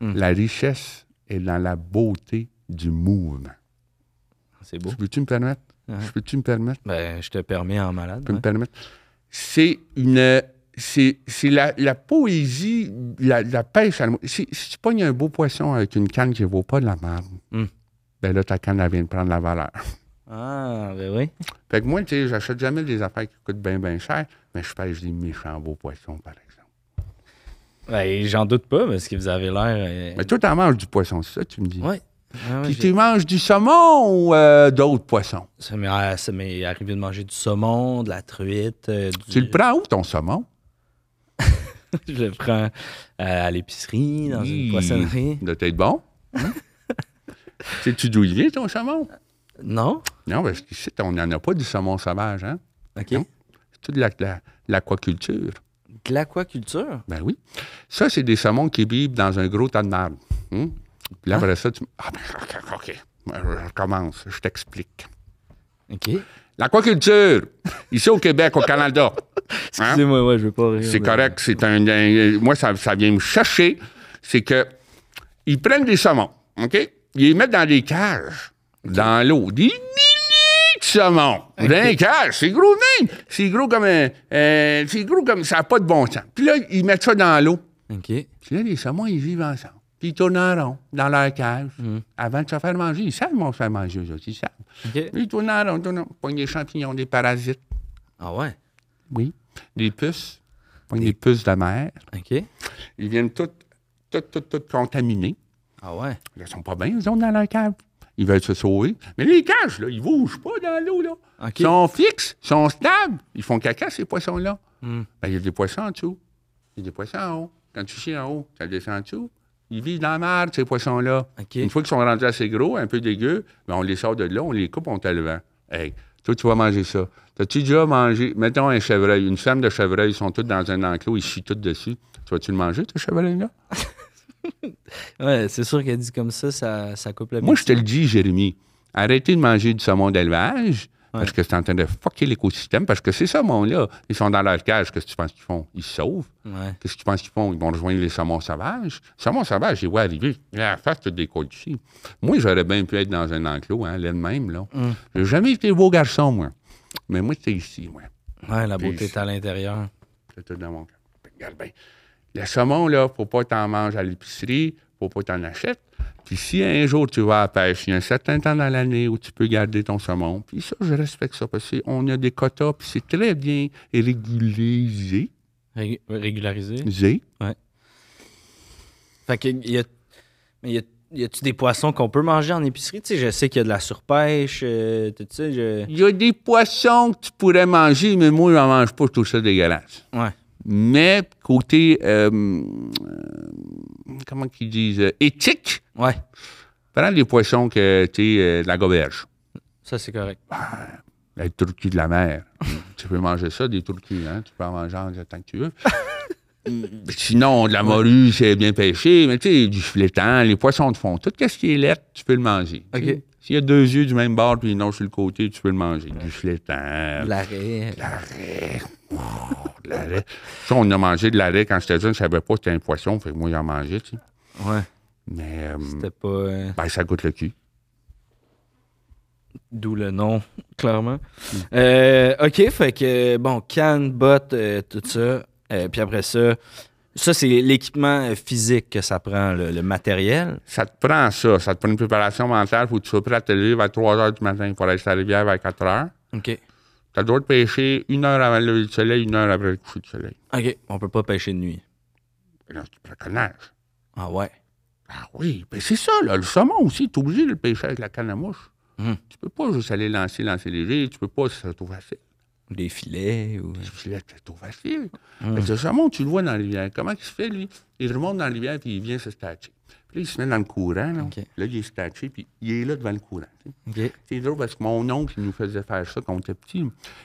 La richesse est dans la beauté du mouvement. C'est beau. Je Peux-tu me permettre? Je Peux-tu me permettre? Ben, je te permets en malade. hein. Je peux me ouais. permettre? C'est une. C'est c'est la, la poésie, la, la pêche. à la mou- Si, si tu pognes un beau poisson avec une canne qui ne vaut pas de la merde, Mm. ben là, ta canne, elle vient de prendre la valeur. Ah, ben oui. Fait que moi, tu sais, j'achète jamais des affaires qui coûtent bien, bien cher, mais je pêche des méchants beaux poissons, par exemple. Ben, j'en doute pas, parce que vous avez l'air. Mais toi, t'en manges du poisson, c'est ça, tu me dis? Oui. Ah, ouais, Puis j'ai- tu manges du saumon ou euh, d'autres poissons? ça m'est ah, ça m'est arrivé de manger du saumon, de la truite. euh, du- Tu le prends où, ton saumon? Je le prends euh, à l'épicerie, dans une Hi, poissonnerie. Hein? Il doit être bon. C'est-tu d'où il vient, ton saumon? Non? Non, parce qu'ici, on n'en a pas du saumon sauvage, hein? OK. Non. C'est tout de la- la- l'aquaculture. De l'aquaculture? Ben oui. Ça, c'est des saumons qui vivent dans un gros tas de marbre. Hein? Puis là, après ça, tu... Ah, ben, OK, OK. Je recommence. Je t'explique. OK. Hein? L'aquaculture, ici au Québec, au Canada. Hein? Excusez-moi, ouais, je veux pas rire. C'est de- correct. C'est un, un- moi, ça, ça vient me chercher. C'est que ils prennent des saumons, OK? Ils les mettent dans des cages, dans l'eau. Des milliers de saumons. Dans les cages. C'est gros même. C'est gros comme un. euh, c'est gros comme. Ça n'a pas de bon sens. Puis là, ils mettent ça dans l'eau. OK. Puis là, les saumons, ils vivent ensemble. Puis ils tournent en rond dans leur cage. Avant de se faire manger, ils savent qu'ils vont se faire manger, eux autres, Ils savent. OK. Ils tournent en rond, ils tournent en rond. Pognent des champignons, des parasites. Ah ouais? Oui. Des puces. Pognent des puces de mer. OK. Ils viennent tous, tous, tous, tous contaminés. Ah ouais? Ils sont pas bien, ils sont dans leur cave. Ils veulent se sauver. Mais les cages, là, ils bougent pas dans l'eau, là. OK. Ils sont fixes, ils sont stables. Ils font caca, ces poissons-là. Hmm. Ben, il y a des poissons en dessous. Il y a des poissons en haut. Quand tu chies en haut, ça descend en dessous. Ils vivent dans la merde, ces poissons-là. OK. Une fois qu'ils sont rendus assez gros, un peu dégueux, ben, on les sort de là, on les coupe, on te le vend. Hey, toi, tu vas manger ça. T'as-tu déjà mangé, mettons un chevreuil, une ferme de chevreuils, ils sont tous dans un enclos, ils chient tous dessus. Tu vas-tu le manger, ce chevreuil-là? Ouais, c'est sûr qu'elle dit comme ça, ça, ça coupe la Moi, je te le dis, Jérémy, arrêtez de manger du saumon d'élevage parce que c'est en train de fucker l'écosystème. Parce que ces saumons-là, ils sont dans leur cage. Qu'est-ce que tu penses qu'ils font? Ils se sauvent. Ouais. Qu'est-ce que tu penses qu'ils font? Ils vont rejoindre les saumons sauvages. Les saumons sauvages, ils voient arriver. La face, tu décolles ici. Moi, j'aurais bien pu être dans un enclos, hein, là de même. Là. J'ai jamais été beau garçon, moi. Mais moi, c'était ici, moi. Ouais, la beauté Puis- est à l'intérieur. C'est tout dans mon cœur. Regarde bien. Le saumon, là, faut pas t'en manger à l'épicerie, faut pas t'en acheter. Puis si un jour tu vas à la pêche, il y a un certain temps dans l'année où tu peux garder ton saumon. Puis ça, je respecte ça parce qu'on a des quotas, puis c'est très bien régulisé. Ré- Régularisé. zé. Fait que y a, mais y a, y a-tu des poissons qu'on peut manger en épicerie? Tu sais, je sais qu'il y a de la surpêche, euh, tout ça. Je... Il y a des poissons que tu pourrais manger, mais moi, je n'en mange pas, je trouve ça dégueulasse. Ouais. Mais côté, euh, euh, comment qu'ils disent, euh, éthique, Ouais, prends les poissons que tu sais, euh, de la goberge. ça c'est correct. Les turquie de la mer. tu peux manger ça, des turquis, hein? Tu peux en manger en- tant que tu veux. Sinon, de la morue, c'est bien pêché, mais tu sais, du flétan, les poissons de fond, tout ce qui est lait, tu peux le manger. OK. Tu sais, S'il y a deux yeux du même bord puis une autre sur le côté, tu peux le manger. Du flétan, de L'arrêt. la raie. Ça, on a mangé de la raie quand j'étais jeune, je savais pas que c'était un poisson, fait que moi, j'en mangeais, tu sais. Ouais. Mais, euh, C'était pas. euh, ben, ça goûte le cul. D'où le nom, clairement. Euh, OK, fait que, bon, canne, bottes, euh, tout ça. Euh, puis après ça, ça, c'est l'équipement euh, physique que ça prend, le, le matériel. Ça te prend ça, ça te prend une préparation mentale, faut que tu sois prêt à te lever à 3 h du matin pour aller sur la rivière vers 4 h. OK. T'as le droit de pêcher une heure avant le lever du soleil, une heure après le coucher du soleil. OK. On peut pas pêcher de nuit. Là, tu préconises. Ah ouais. Ah oui, ben c'est ça, là, le saumon aussi, tu es obligé de le pêcher avec la canne à mouche. Hum. Tu peux pas juste aller lancer, lancer léger, tu peux pas, c'est trop facile. Des filets ou. Je me suis dit, c'est trop facile. Hum. Fait que le saumon, tu le vois dans la rivière. Comment il se fait, lui? Il remonte dans la rivière, puis il vient se stacher. Puis là, il se met dans le courant, là. OK. Là, il est staché, puis il est là devant le courant. tu sais. OK. C'est drôle parce que mon oncle, il nous faisait faire ça quand on était petit.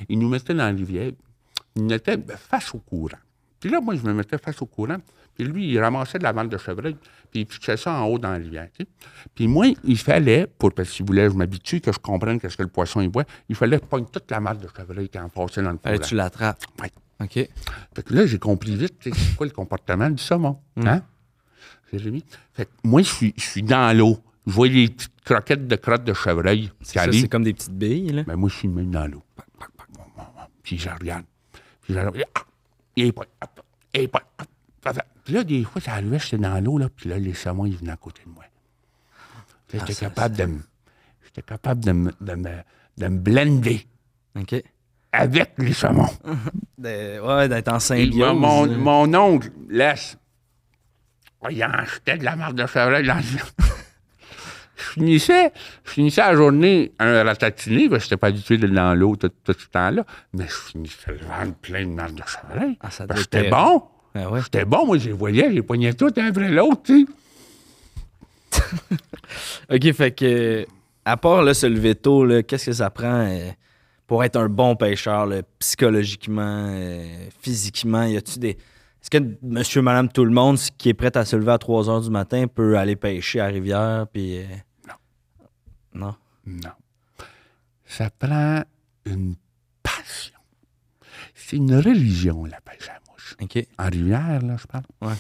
Il nous mettait dans la rivière. Il nous mettait ben, face au courant. Puis là, moi, je me mettais face au courant. Puis lui, il ramassait de la vente de chevreuil. Puis il pitchait ça en haut dans la rivière. tu sais. Puis moi, il fallait, pour, parce qu'il voulait, je m'habitue, que je comprenne qu'est-ce que le poisson il boit, il fallait pogner toute la masse de chevreuil qui en passait dans le courant. Fallait que tu l'attrapes. Ouais. OK. Fait que là, j'ai compris vite, tu sais, c'est quoi le comportement du saumon. Mm. Hein? Jérémy? Fait que moi, je suis, je suis dans l'eau. Je vois les petites croquettes de crottes de chevreuil qui Ça, arrivent. c'est comme des petites billes, là. Mais moi, je suis même dans l'eau. Pac, pac, pac, pac, pac, pac. Puis je regarde. Puis je regarde. Ah! Il est pas. Hop! Il est pas. Hop! Hop! Hop! Puis là, des fois, ça arrivait, j'étais dans l'eau, là, puis là, les saumons, ils venaient à côté de moi. Puis là, j'étais Ah, ça, capable de me. J'étais capable de me, de me, de me blender Ben. OK. avec les saumons. De- ouais, d'être en Et symbiose. mon, mon, là. mon oncle, laisse. Ouais, Il en jetait de la marque de chevreuil dans le- Je finissais, je finissais la journée un ratatiné, parce que je n'étais pas habitué d'être dans l'eau tout, tout ce temps-là, mais je finissais le ventre plein de marque de chevreuil. Ah, ça Parce que doit être- j'étais bon. Ah ouais. J'étais bon, moi, je les voyais, je les poignais tout un après l'autre, tu sais. OK, fait que, à part là, se lever tôt, là, qu'est-ce que ça prend euh, pour être un bon pêcheur, là, psychologiquement, euh, physiquement? Y a-tu des. Est-ce que monsieur, madame, tout le monde qui est prêt à se lever à 3 h du matin peut aller pêcher à Rivière? Puis, euh, Non. Non. Ça prend une passion. C'est une religion, la pêche à la mouche. OK. En rivière, là, je parle. Ouais.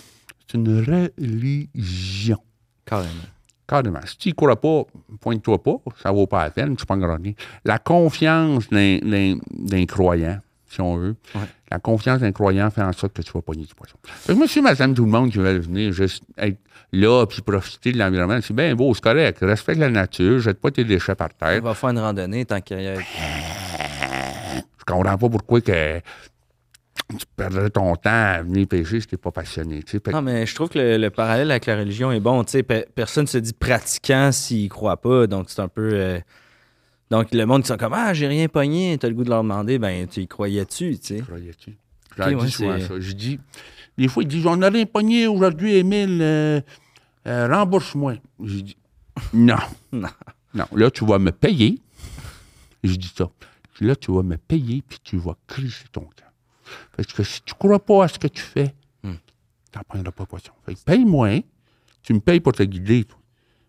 C'est une religion. Carrément. Carrément. Si tu n'y crois pas, pointe-toi pas, ça vaut pas la peine, tu prends rien. La confiance d'un- d'un d'un croyant, si on veut, Ouais. la confiance d'un croyant fait en sorte que tu vas pogner du poisson. Fait que monsieur, madame, tout le monde qui veut venir juste être là puis profiter de l'environnement, c'est bien beau, c'est correct. Respecte la nature, jette pas tes déchets par On terre. va faire une randonnée tant qu'il y a. Je comprends pas pourquoi que tu perdrais ton temps à venir pêcher si t'es pas passionné. tu sais. Fait que- Non, mais je trouve que le, le parallèle avec la religion est bon. Tu sais, pe- personne se dit pratiquant s'il y croit pas. Donc, c'est un peu. euh, Donc, le monde qui sont comme Ah, j'ai rien pogné, t'as le goût de leur demander, ben, tu y croyais-tu, tu sais? Croyais-tu? Je Ok, leur dis ouais, souvent c'est- ça. Je dis, des fois, ils disent, on a rien pogné aujourd'hui, Émile, euh, euh, rembourse-moi. Je dis, non. Non. Non, là, tu vas me payer. Je dis ça. Je dis, Là, tu vas me payer, puis tu vas crisser ton temps. Parce que si tu ne crois pas à ce que tu fais, Hmm. tu n'en prendras pas poisson. Fait que paye-moi, tu me payes pour te guider. toi.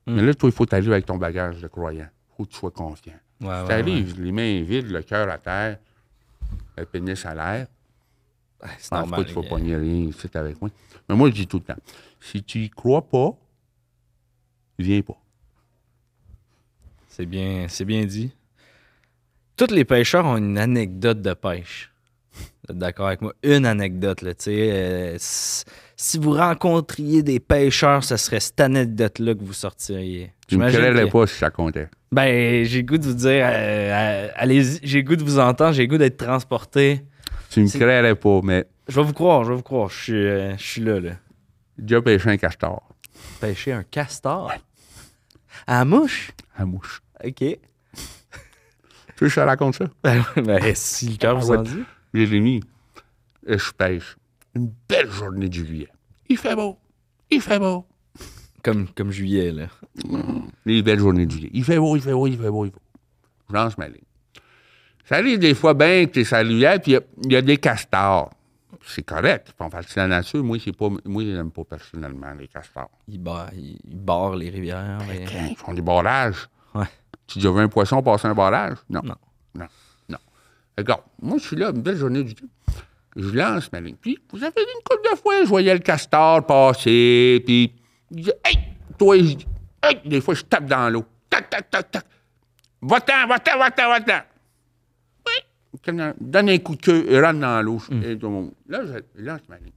Hmm. Mais là, toi, il faut t'arriver avec ton bagage de croyant. Il faut que tu sois confiant. Ouais, Ah, ouais, T'arrives, les mains vides, le cœur à terre, le pénis à l'air. ouais. C'est Ah, normal. euh, Pourquoi tu vas les pogner rien ici avec moi? Mais moi, je dis tout le temps, si tu y crois pas, viens pas. gars. C'est bien, c'est bien dit. Tous les pêcheurs ont une anecdote de pêche. Vous êtes D'accord avec moi? Une anecdote, là, tu sais. euh, s- si vous rencontriez des pêcheurs, ce serait cette anecdote-là que vous sortiriez. Tu me J'imagine créerais que- pas si ça comptait. Ben, j'ai le goût de vous dire, euh, euh, allez-y, j'ai le goût de vous entendre, j'ai le goût d'être transporté. Tu me C'est- créerais pas, mais Je vais vous croire, je vais vous croire, je suis, euh, je suis là, là. j'ai déjà pêché un castor Pêcher un castor. À la Ah, mouche? à mouche. OK. Tu veux que je te raconte ça? Ben, ouais, ben, si le cœur vous en ouais. dit. Jérémy, euh, je pêche. Une belle journée de juillet. Il fait beau. Il fait beau. Comme, comme juillet, là. Les belles journées de juillet. Il fait beau, il fait beau, il fait beau, il fait beau. Je lance ma ligne. Ça arrive des fois bien que t'es salué, puis il y a- il y, a des castors. c'est correct. On parle de la nature. Moi, c'est pas, moi, je n'aime pas personnellement les castors. Ils barrent il barre les rivières. les- Ils font des barrages. Ouais. Tu déjà vu un poisson passer un barrage? Non. Non. Non. Non. Regarde, moi, je suis là, une belle journée du tout. Je lance ma ligne. Puis, vous avez vu une couple de fois, je voyais le castor passer, puis il disait, hey, toi, je dis, hey, des fois, je tape dans l'eau. Tac, tac, tac, tac. Va-t'en, va-t'en, va-t'en, va-t'en. Oui. Comme, Donne un coup de queue, et rentre dans l'eau. Et tout le monde. Là, je lance ma ligne.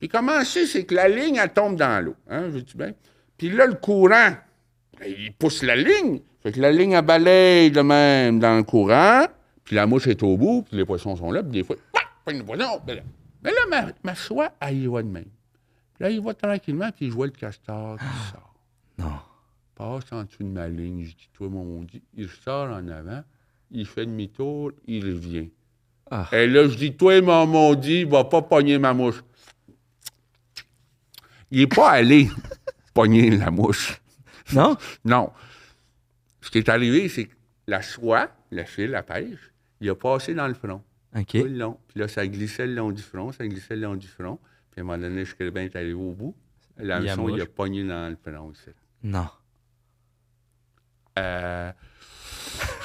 Puis comment c'est, c'est que la ligne, elle tombe dans l'eau. Hein, veux-tu bien? Puis là, le courant, ben, il pousse la ligne. Fait que la ligne, elle balaye de même dans le courant. Puis la mouche est au bout, puis les poissons sont là. Puis des fois, pas une poisson. ben là. Mais là, ma, ma soie, elle y va de même. Puis là, il va tranquillement, puis je vois le castor qui sort. Non. Passe en dessous de ma ligne. Je dis, toi, mon dit, il sort en avant, il fait demi-tour, il revient. Ah. Et là, je dis, toi, mon maudit, va pas pogner ma mouche. Il n'est pas allé pogner la mouche. Non? Non. Ce qui est arrivé, c'est que la soie, le fil, la pêche, il a passé dans le front. OK. Tout le long. Puis là, ça glissait le long du front, ça glissait le long du front. Puis à un moment donné, je bien est arrivé au bout. La Il y a leçon, il a mouche. pogné dans le front ici. Non. Euh,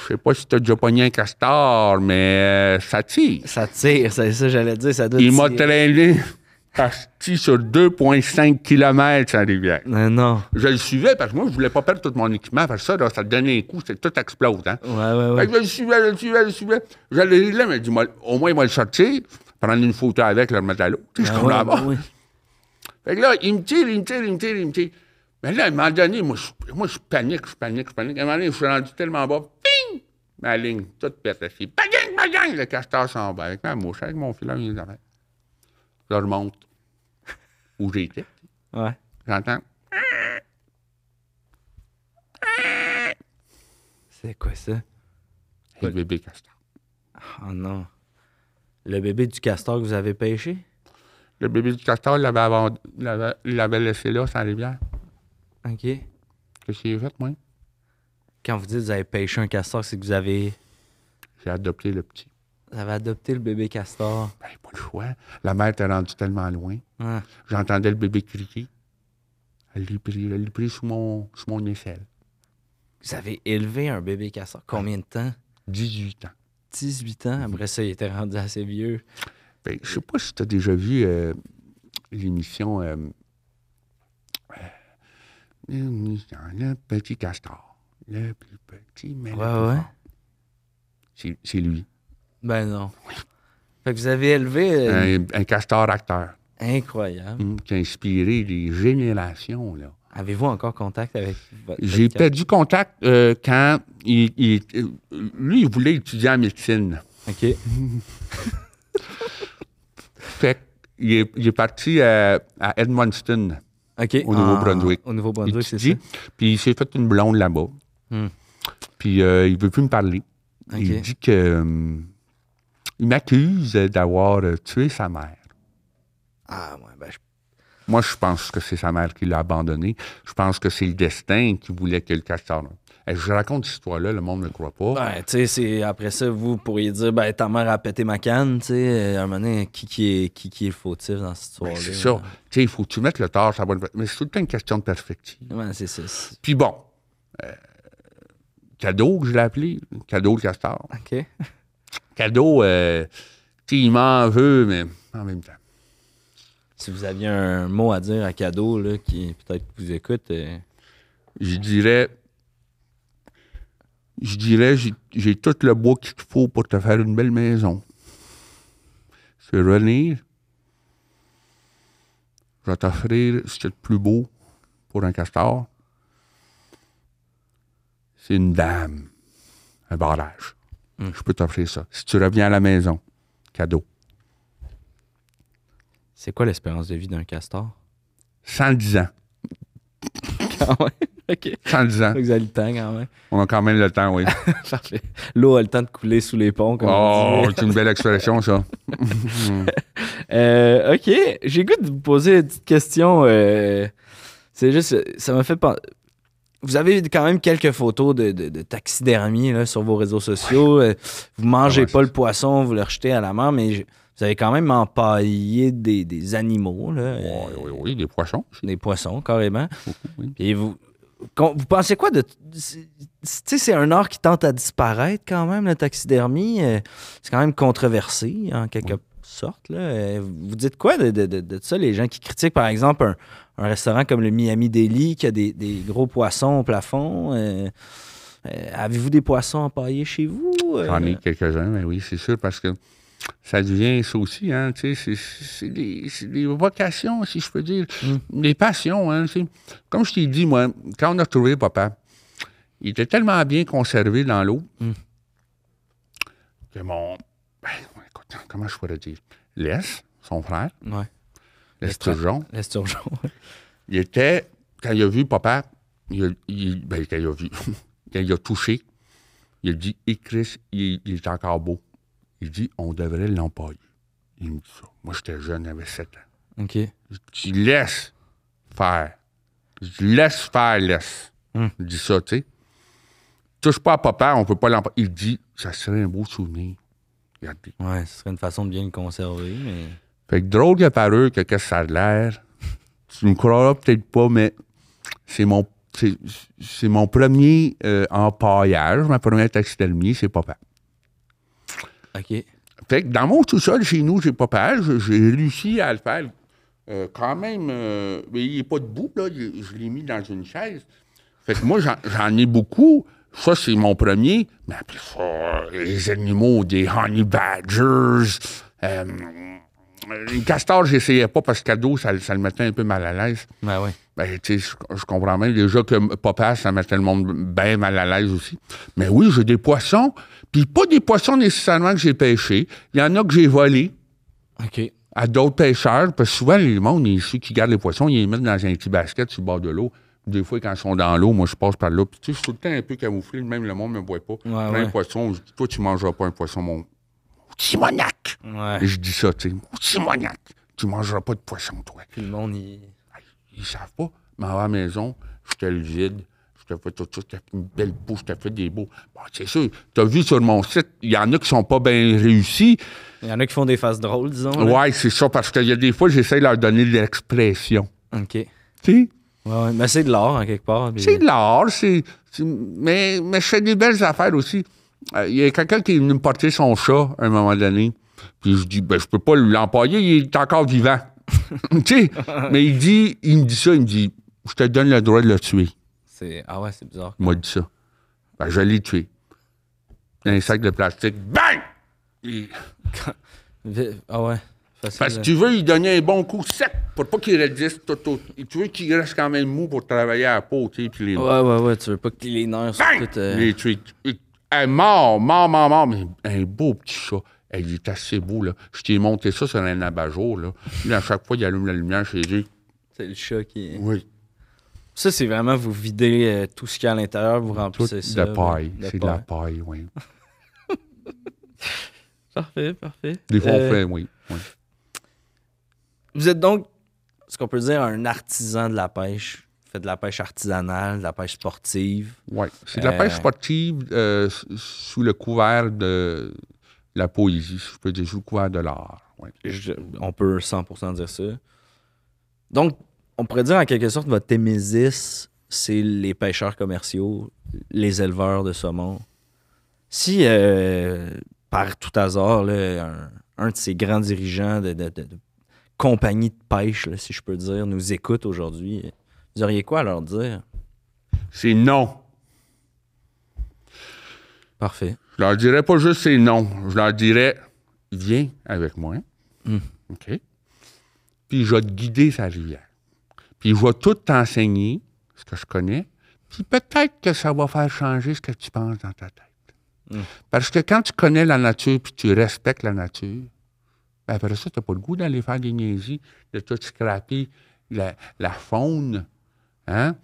je sais pas si t'as déjà pogné un castor, mais euh, ça tire. Ça tire, c'est ça, j'allais dire. Ça doit Il m'a tirer. traîné parti sur 2,5 km sa rivière. Non, Euh, non. Je le suivais parce que moi, je voulais pas perdre tout mon équipement. Parce que ça, là, ça te donne un coup, c'est tout explose. Hein? Ouais, ouais, Fait ouais. que je le suivais, je le suivais, je le suivais. J'allais là, mais je dis, moi, au moins, il va le sortir, prendre une photo avec, le remettre à l'eau. Tu sais, je Ah comprends ouais, pas. ouais, ouais. Fait que là, il me tire, il me tire, il me tire, il me tire. Mais là, à un moment donné, moi, je, moi, je panique, je panique, je panique. À un moment donné, je suis rendu tellement bas, ping! Ma ligne, toute pète ici. Bagang, bagang! Le castor s'en va avec ma mouche, avec mon filet, mes affaires. Je remonte où j'étais. Ouais. J'entends. C'est quoi ça? Le bébé castor. Oh non. Le bébé du castor que vous avez pêché? Le bébé du castor, il l'avait aband- il l'avait- il l'avait laissé là, sans rivière. OK. Qu'est-ce que j'ai fait, moi? Quand vous dites que vous avez pêché un castor, c'est que vous avez, J'ai adopté le petit. vous avez adopté le bébé castor. Ben, pas le choix. La mère était rendue tellement loin. Ah. J'entendais le bébé crier. Elle l'a pris, elle l'a pris sous mon, sous mon aisselle. Vous avez élevé un bébé castor. Combien de temps? 18 ans. 18 ans. Après ça, il était rendu assez vieux. Ben, je sais pas si tu as déjà vu euh, l'émission euh, euh, l'émission Le petit castor. Le plus petit, mais le Ouais, plus ouais. fort. C'est- C'est lui. Ben non. Fait que vous avez élevé. euh, Un, un castor acteur Incroyable. hum, qui a inspiré des générations. là. Avez-vous encore contact avec votre. J'ai votre- perdu contact euh, quand il, il- euh, lui, il voulait étudier en médecine. OK. Fait qu'il est, il est parti à, à Edmundston, OK. Ah, Au Nouveau-Brunswick. Au Nouveau-Brunswick, c'est ça. étudier. Puis il s'est fait une blonde là-bas. Hmm. Puis euh, il veut plus me parler. Ok. Il dit que. euh, il m'accuse d'avoir euh, tué sa mère. Ah, ouais, ben, je- Moi, je pense que c'est sa mère qui l'a abandonné. Je pense que c'est le destin qui voulait que le castor. Eh, Je raconte cette histoire-là, le monde ne le croit pas. Ben, tu sais, c'est- après ça, vous pourriez dire, ben, ta mère a pété ma canne, tu sais, euh, à un moment donné, qui, qui, est, qui, qui est le fautif dans cette Ben, histoire-là? c'est ça. Tu sais, il faut que tu mettes le tort sur la bonne. Mais c'est tout le temps une question de perspective. Ouais, c'est ça. c'est- Puis bon, euh, cadeau, je l'ai appelé, cadeau le castor. OK. Cadeau, euh, tu sais, il m'en veut, mais en même temps. Si vous aviez un mot à dire à Cadeau, là, qui peut-être vous écoute, euh, Je dirais, je dirais, j'ai- j'ai tout le bois qu'il te faut pour te faire une belle maison. Je vais revenir, je vais t'offrir ce qu'il y a de plus beau pour un castor. C'est une dame, un barrage. Je peux t'offrir ça. Si tu reviens à la maison, cadeau. c'est quoi l'espérance de vie d'un castor? 110 ans. Ah ouais, OK. 110 ans. Vous avez le temps quand même. On a quand même le temps, oui. Parfait. L'eau a le temps de couler sous les ponts, comme on Oh, dit. c'est une belle expression, ça. Euh, ok, j'ai goût de vous poser une petite question. euh, c'est juste, euh, ça m'a fait penser. Vous avez quand même quelques photos de, de, de taxidermie là, sur vos réseaux sociaux. Euh, Vous mangez Ouais, pas c'est le poisson, vous le rejetez à la mer, mais je- Vous avez quand même empaillé des, des animaux, là, Oui, euh, oui, oui, des poissons. des poissons, carrément. oui. Et vous, con- vous pensez quoi de. c'est- Tu sais, c'est un art qui tente à disparaître quand même, la taxidermie. Euh, C'est quand même controversé, en quelque sorte. Là. Euh, Vous dites quoi de, de- de- de ça, les gens qui critiquent, par exemple, un, un restaurant comme le Miami Deli qui a des, des gros poissons au plafond? euh, euh, Avez-vous des poissons empaillés chez vous? J'en ai Euh, quelques-uns, mais oui, c'est sûr, parce que ça devient ça aussi, hein, tu sais, c'est- c'est des, c'est des vocations, si je peux dire, Mm. des passions, hein, tu sais. Comme je t'ai dit, moi, quand on a retrouvé papa, il était tellement bien conservé dans l'eau Mm. que mon... ben, écoute, comment je pourrais dire? Laisse, son frère, Ouais. Laisse L'estra- Turgeon, L'esturgeon. il était, quand il a vu papa, il, a- il- ben, quand il a vu, quand il a touché, il a dit, et Chris, il, il est encore beau. Il dit, on devrait l'empailler. Il me dit ça. Moi, j'étais jeune, j'avais 7 ans. OK. Je dis, laisse faire. Je dis, laisse faire, laisse. Hum. Il dit ça, tu sais. Touche pas à papa, on peut pas l'empailler. Il dit, ça serait un beau souvenir. Regardez. Ouais, ce serait une façon de bien le conserver, mais. Fait que drôle de parure que qu'est-ce que ça a de l'air. Tu me croiras peut-être pas, mais c'est mon c'est- c'est mon premier euh, empaillage, ma première taxidermie, c'est papa. OK. Fait que dans mon tout-seul, chez nous, j'ai papa, je- j'ai réussi à le faire euh, quand même. euh, mais il n'est pas debout, là, il- je l'ai mis dans une chaise. Fait que moi, j'en- j'en ai beaucoup. Ça, c'est mon premier. Mais après ça, euh, les animaux, des honey badgers, euh, les castors, j'essayais pas parce que cadeau, ça, le- ça le mettait un peu mal à l'aise. Ben oui. Ben, tu sais, je, je comprends même déjà que m- papa, ça mettait le monde bien mal à l'aise aussi. Mais oui, j'ai des poissons, puis pas des poissons nécessairement que j'ai pêchés. Il y en a que j'ai volés OK. à d'autres pêcheurs, parce que souvent, le monde, ils- ceux qui gardent les poissons, ils les mettent dans un petit basket sur le bord de l'eau. Des fois, quand ils sont dans l'eau, moi, je passe par là, puis tu sais, je suis tout le temps un peu camouflé, même le monde ne me voit pas. Je prends ouais. un poisson, je dis, toi, tu mangeras pas un poisson, mon... Timonac! Ouais. Et je dis ça, tu sais, Timonac, tu mangeras pas de poisson, toi Puis le monde, il. ils savent pas. Mais à la maison, je te le vide. Je te fais tout ça, je te fais une belle peau, je te fais des beaux. Bon, c'est sûr, tu as vu sur mon site, il y en a qui sont pas bien réussis. Il y en a qui font des faces drôles, disons. là. Ouais, c'est ça, parce qu'il y a des fois, j'essaie de leur donner de l'expression. OK. Ouais, Tu sais, ouais. Mais c'est de l'art, en quelque part. puis- c'est de l'art, c'est. c'est- Mais, mais je fais des belles affaires aussi. Euh, Il y a quelqu'un qui est venu me porter son chat à un moment donné. Puis je dis, ben, je peux pas l'empailler, il est encore vivant. tu sais, mais il dit, il me dit ça, il me dit, je te donne le droit de le tuer. c'est- Ah ouais, c'est bizarre. Il m'a dit ça. Ben, je l'ai tué. Un sac de plastique, bang! Il- Vi- Ah ouais. Facile, parce que euh. tu veux lui donner un bon coup sec pour pas qu'il résiste tout au- et Tu veux qu'il reste quand même mou pour travailler à la peau, tu sais, puis les... hein. Ouais, ouais, ouais. Tu veux pas que les nerfs soient Bang! tout. euh, Il est tué. Il- un mort, mort, mort, mort. Mais un beau petit chat. Hey, Il est assez beau, là. Je t'ai monté ça sur un abat-jour, là. Lui, à chaque fois, il allume la lumière chez lui. C'est le chat qui. Oui. Ça, c'est vraiment vous videz euh, tout ce qu'il y a à l'intérieur, vous Tout remplissez ça. de paille. ouais, C'est de la paille, oui. Parfait, parfait. Des fois, Euh, on fait, oui. oui. Vous êtes donc ce qu'on peut dire un artisan de la pêche. Vous faites de la pêche artisanale, de la pêche sportive. Oui, c'est de la Euh, pêche sportive euh, s- sous le couvert de la poésie, si je peux dire, sous le couvert de l'art. ouais. Je- on peut 100% dire ça. Donc, on pourrait dire en quelque sorte votre Témésis, c'est les pêcheurs commerciaux, les éleveurs de saumon. Si, euh, par tout hasard, là, un, un de ces grands dirigeants de, de- de- de compagnie de pêche, là, si je peux dire, nous écoute aujourd'hui, vous auriez quoi à leur dire? C'est non. Parfait. Je leur dirais pas juste c'est non. Je leur dirais, viens avec moi. OK? Puis je vais te guider sa rivière. Puis je vais tout t'enseigner, ce que je connais. Puis peut-être que ça va faire changer ce que tu penses dans ta tête. Parce que quand tu connais la nature puis tu respectes la nature, ben après ça, tu n'as pas le goût d'aller faire des niaiseries, de tout scraper la, la faune. Hein?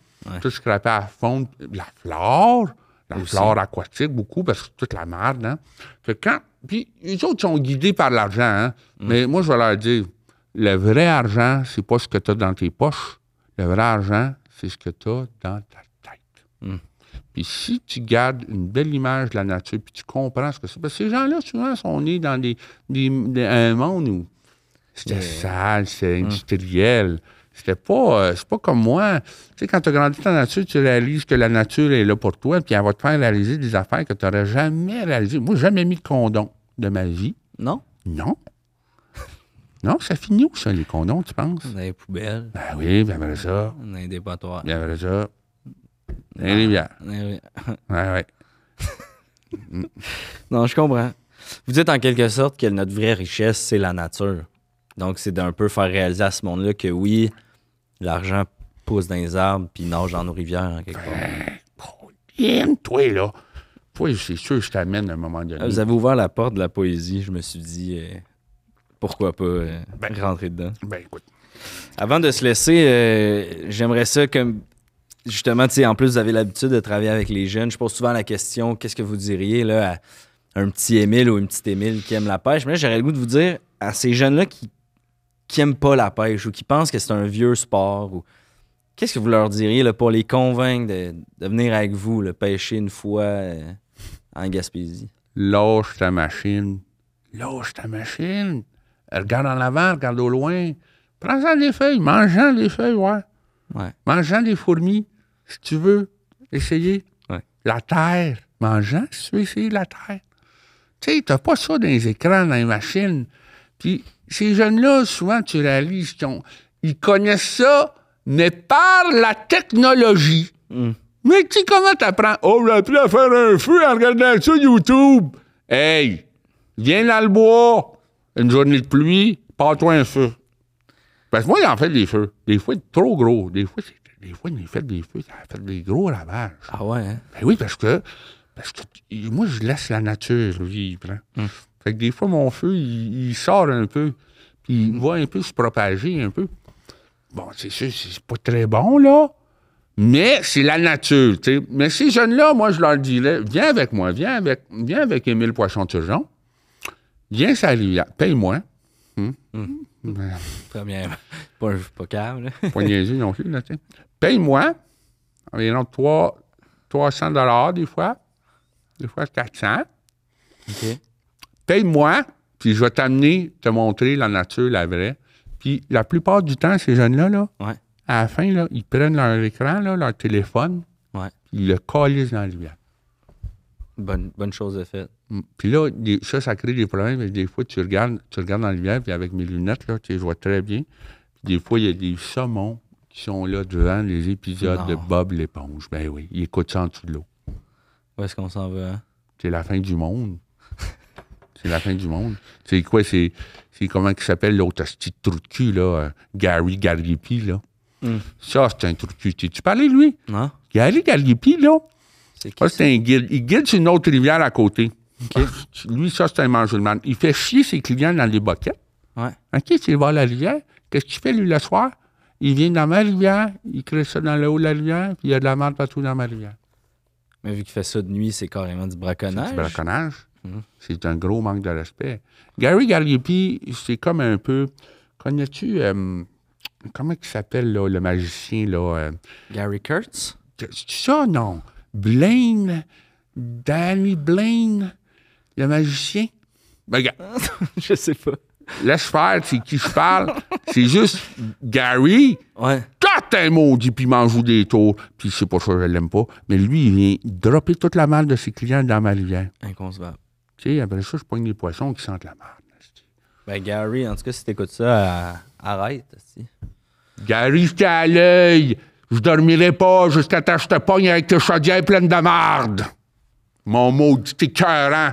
Tout scraper la faune, la flore, la flore aquatique, beaucoup, parce que c'est toute la merde. Hein? Fait que quand, puis les autres sont guidés par l'argent. Hein? Mais moi, je vais leur dire, le vrai argent, c'est pas ce que tu as dans tes poches. Le vrai argent, c'est ce que tu as dans ta tête. Puis si tu gardes une belle image de la nature, puis tu comprends ce que c'est. Parce que ces gens-là, souvent, sont nés dans des, des- des- un monde où c'était sale, c'était industriel. C'était pas, euh, c'est pas comme moi. Tu sais, quand tu grandis dans la nature, tu réalises que la nature est là pour toi, puis elle va te faire réaliser des affaires que tu n'aurais jamais réalisées. Moi, j'ai jamais mis de condom de ma vie. Non? Non. non, ça finit où, ça, les condoms, tu penses? Dans les poubelles, Ben oui, ben voilà ça. dans les dépotoirs. Ben voilà ça. Les rivières. Eh oui. Ouais, ouais. Non, je comprends. Vous dites en quelque sorte que notre vraie richesse, c'est la nature. Donc, c'est d'un peu faire réaliser à ce monde-là que oui, l'argent pousse dans les arbres puis nage dans nos rivières, en quelque part. Colin, toi, là. Toi, c'est sûr que je t'amène à un moment donné. Ah, Vous avez ouvert la porte de la poésie. Je me suis dit, euh, pourquoi pas euh, rentrer dedans. Ben écoute. Avant de se laisser, euh, j'aimerais ça comme justement, tu sais, en plus vous avez l'habitude de travailler avec les jeunes. Je pose souvent la question, qu'est-ce que vous diriez là à un petit Émile ou une petite Émile qui aime la pêche Mais là, j'aurais le goût de vous dire à ces jeunes-là qui qui aiment pas la pêche ou qui pensent que c'est un vieux sport ou qu'est-ce que vous leur diriez là, pour les convaincre de, de venir avec vous le pêcher une fois euh, en Gaspésie Lâche ta machine. Lâche ta machine. Regarde en avant, regarde au loin. Prends-en des feuilles, mange-en des feuilles, ouais. Ouais. Mange-en des fourmis, si tu veux. Essayez. Ouais. La terre. Mange-en, si tu veux essayer la terre. Tu sais, t'as pas ça dans les écrans, dans les machines. Puis ces jeunes-là, souvent, tu réalises qu'ils ont- ils connaissent ça, mais par la technologie. Mais tu sais comment t'apprends? Oh, j'ai appris à faire un feu en regardant ça YouTube. Hey, viens dans le bois, une journée de pluie, pars-toi un feu. Parce que moi, j'en fais des feux. Des fois, c'est trop gros. Des fois, c'est- des fois, j'ai fait des feux, ça a fait des gros ravages. Ah ouais. hein? Ben oui, parce que, parce que t- moi, je laisse la nature vivre. hein. Fait que des fois, mon feu, il, il sort un peu. Puis il va un peu se propager un peu. Bon, c'est sûr, c'est pas très bon, là. Mais c'est la nature, tu sais. Mais ces jeunes-là, moi, je leur dirais, viens avec moi, viens avec, viens avec Émile Poisson-Turgeon. Viens, ça Paye-moi. Hum. Ben, Premièrement, pas un pas calme. là. Pas niaiseux non plus, là, tu sais. Paye-moi environ 3, 300 dollars des fois. Des fois, 400. Ok. paye-moi, puis je vais t'amener, te montrer la nature, la vraie. Puis la plupart du temps, ces jeunes-là, là, Ouais. à la fin, là, ils prennent leur écran, là, leur téléphone, Ouais. puis ils le collent dans la rivière. Bonne, bonne chose de faite. Mm. Puis là, des- ça, ça crée des problèmes. parce que Des fois, tu regardes, tu regardes dans la rivière, puis avec mes lunettes, là, tu sais, je vois très bien. Puis des fois, il y a des saumons qui sont là devant les épisodes de Non. Bob l'éponge. Ben oui, ils écoutent ça en dessous de l'eau. Où est-ce qu'on s'en va? hein? C'est la fin du monde. c'est la fin du monde. C'est quoi? C'est c'est comment qui s'appelle l'autre petit trou de cul, là? euh, Gary Gallipie, là. Mm. Ça, c'est un trou de cul. Tu tu parlais de lui? Non? Gary Gallipie, là? C'est qui? Ça, c'est un guide. Il guide sur une autre rivière à côté. Ah, Lui, ça, c'est un mangeur de man. Il fait chier ses clients dans les boquettes. Ouais. OK, tu vas à la rivière. Qu'est-ce qu'il fait, lui, le soir? Il vient dans ma rivière, il crée ça dans le haut de la rivière, puis il y a de la merde partout dans ma rivière. Mais vu qu'il fait ça de nuit, c'est carrément du braconnage. C'est du braconnage. C'est un gros manque de respect. Gary Gallipie, c'est comme un peu. Connais-tu. euh, comment il s'appelle, là, le magicien, là? euh, Gary Kurtz? c'est ça, non? Blaine. Danny Blaine, le magicien. Ben, regarde, je sais pas. laisse faire, c'est qui je parle. c'est juste Gary. Ouais. Quand un maudit, puis il m'en joue des tours. Puis c'est pour ça que je l'aime pas. Mais lui, il vient dropper toute la malle de ses clients dans ma rivière. Inconcevable. Tu sais, après ça, je pogne des poissons qui sentent la merde. esti. Ben, Gary, en tout cas, si t'écoutes ça, euh, arrête. esti. Gary, j'étais à l'œil. Je dormirai pas jusqu'à temps que je te pogne avec tes chaudières pleines de marde. Mon maudit hein. écœurant.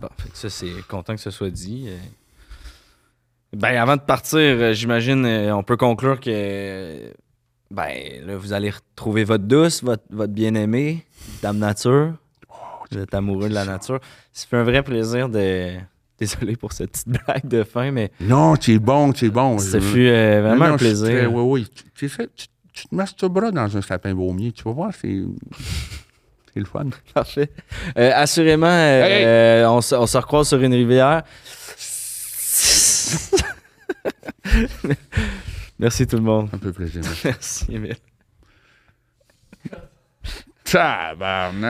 Bon, fait que ça, c'est content que ce soit dit. euh. Ben, avant de partir, euh, j'imagine, euh, on peut conclure que. euh, Ben, là, vous allez retrouver votre douce, votre, votre bien-aimé, Dame Nature. Vous êtes amoureux de la nature. Ça fait un vrai plaisir de. Désolé pour cette petite blague de fin, mais Non, c'est bon, c'est bon. ça Je- fut euh, vraiment Non, non, un je suis très- plaisir. Oui, oui. Tu, tu sais, tu- tu te masturberas dans un sapin baumier. Tu vas voir, c'est. C'est le fun. Parfait. Euh, assurément, euh, Hey, hey. euh, on, se- on se recroise sur une rivière. Merci tout le monde. É Un peu plaisir. assim Merci, Emile. Tabarnak!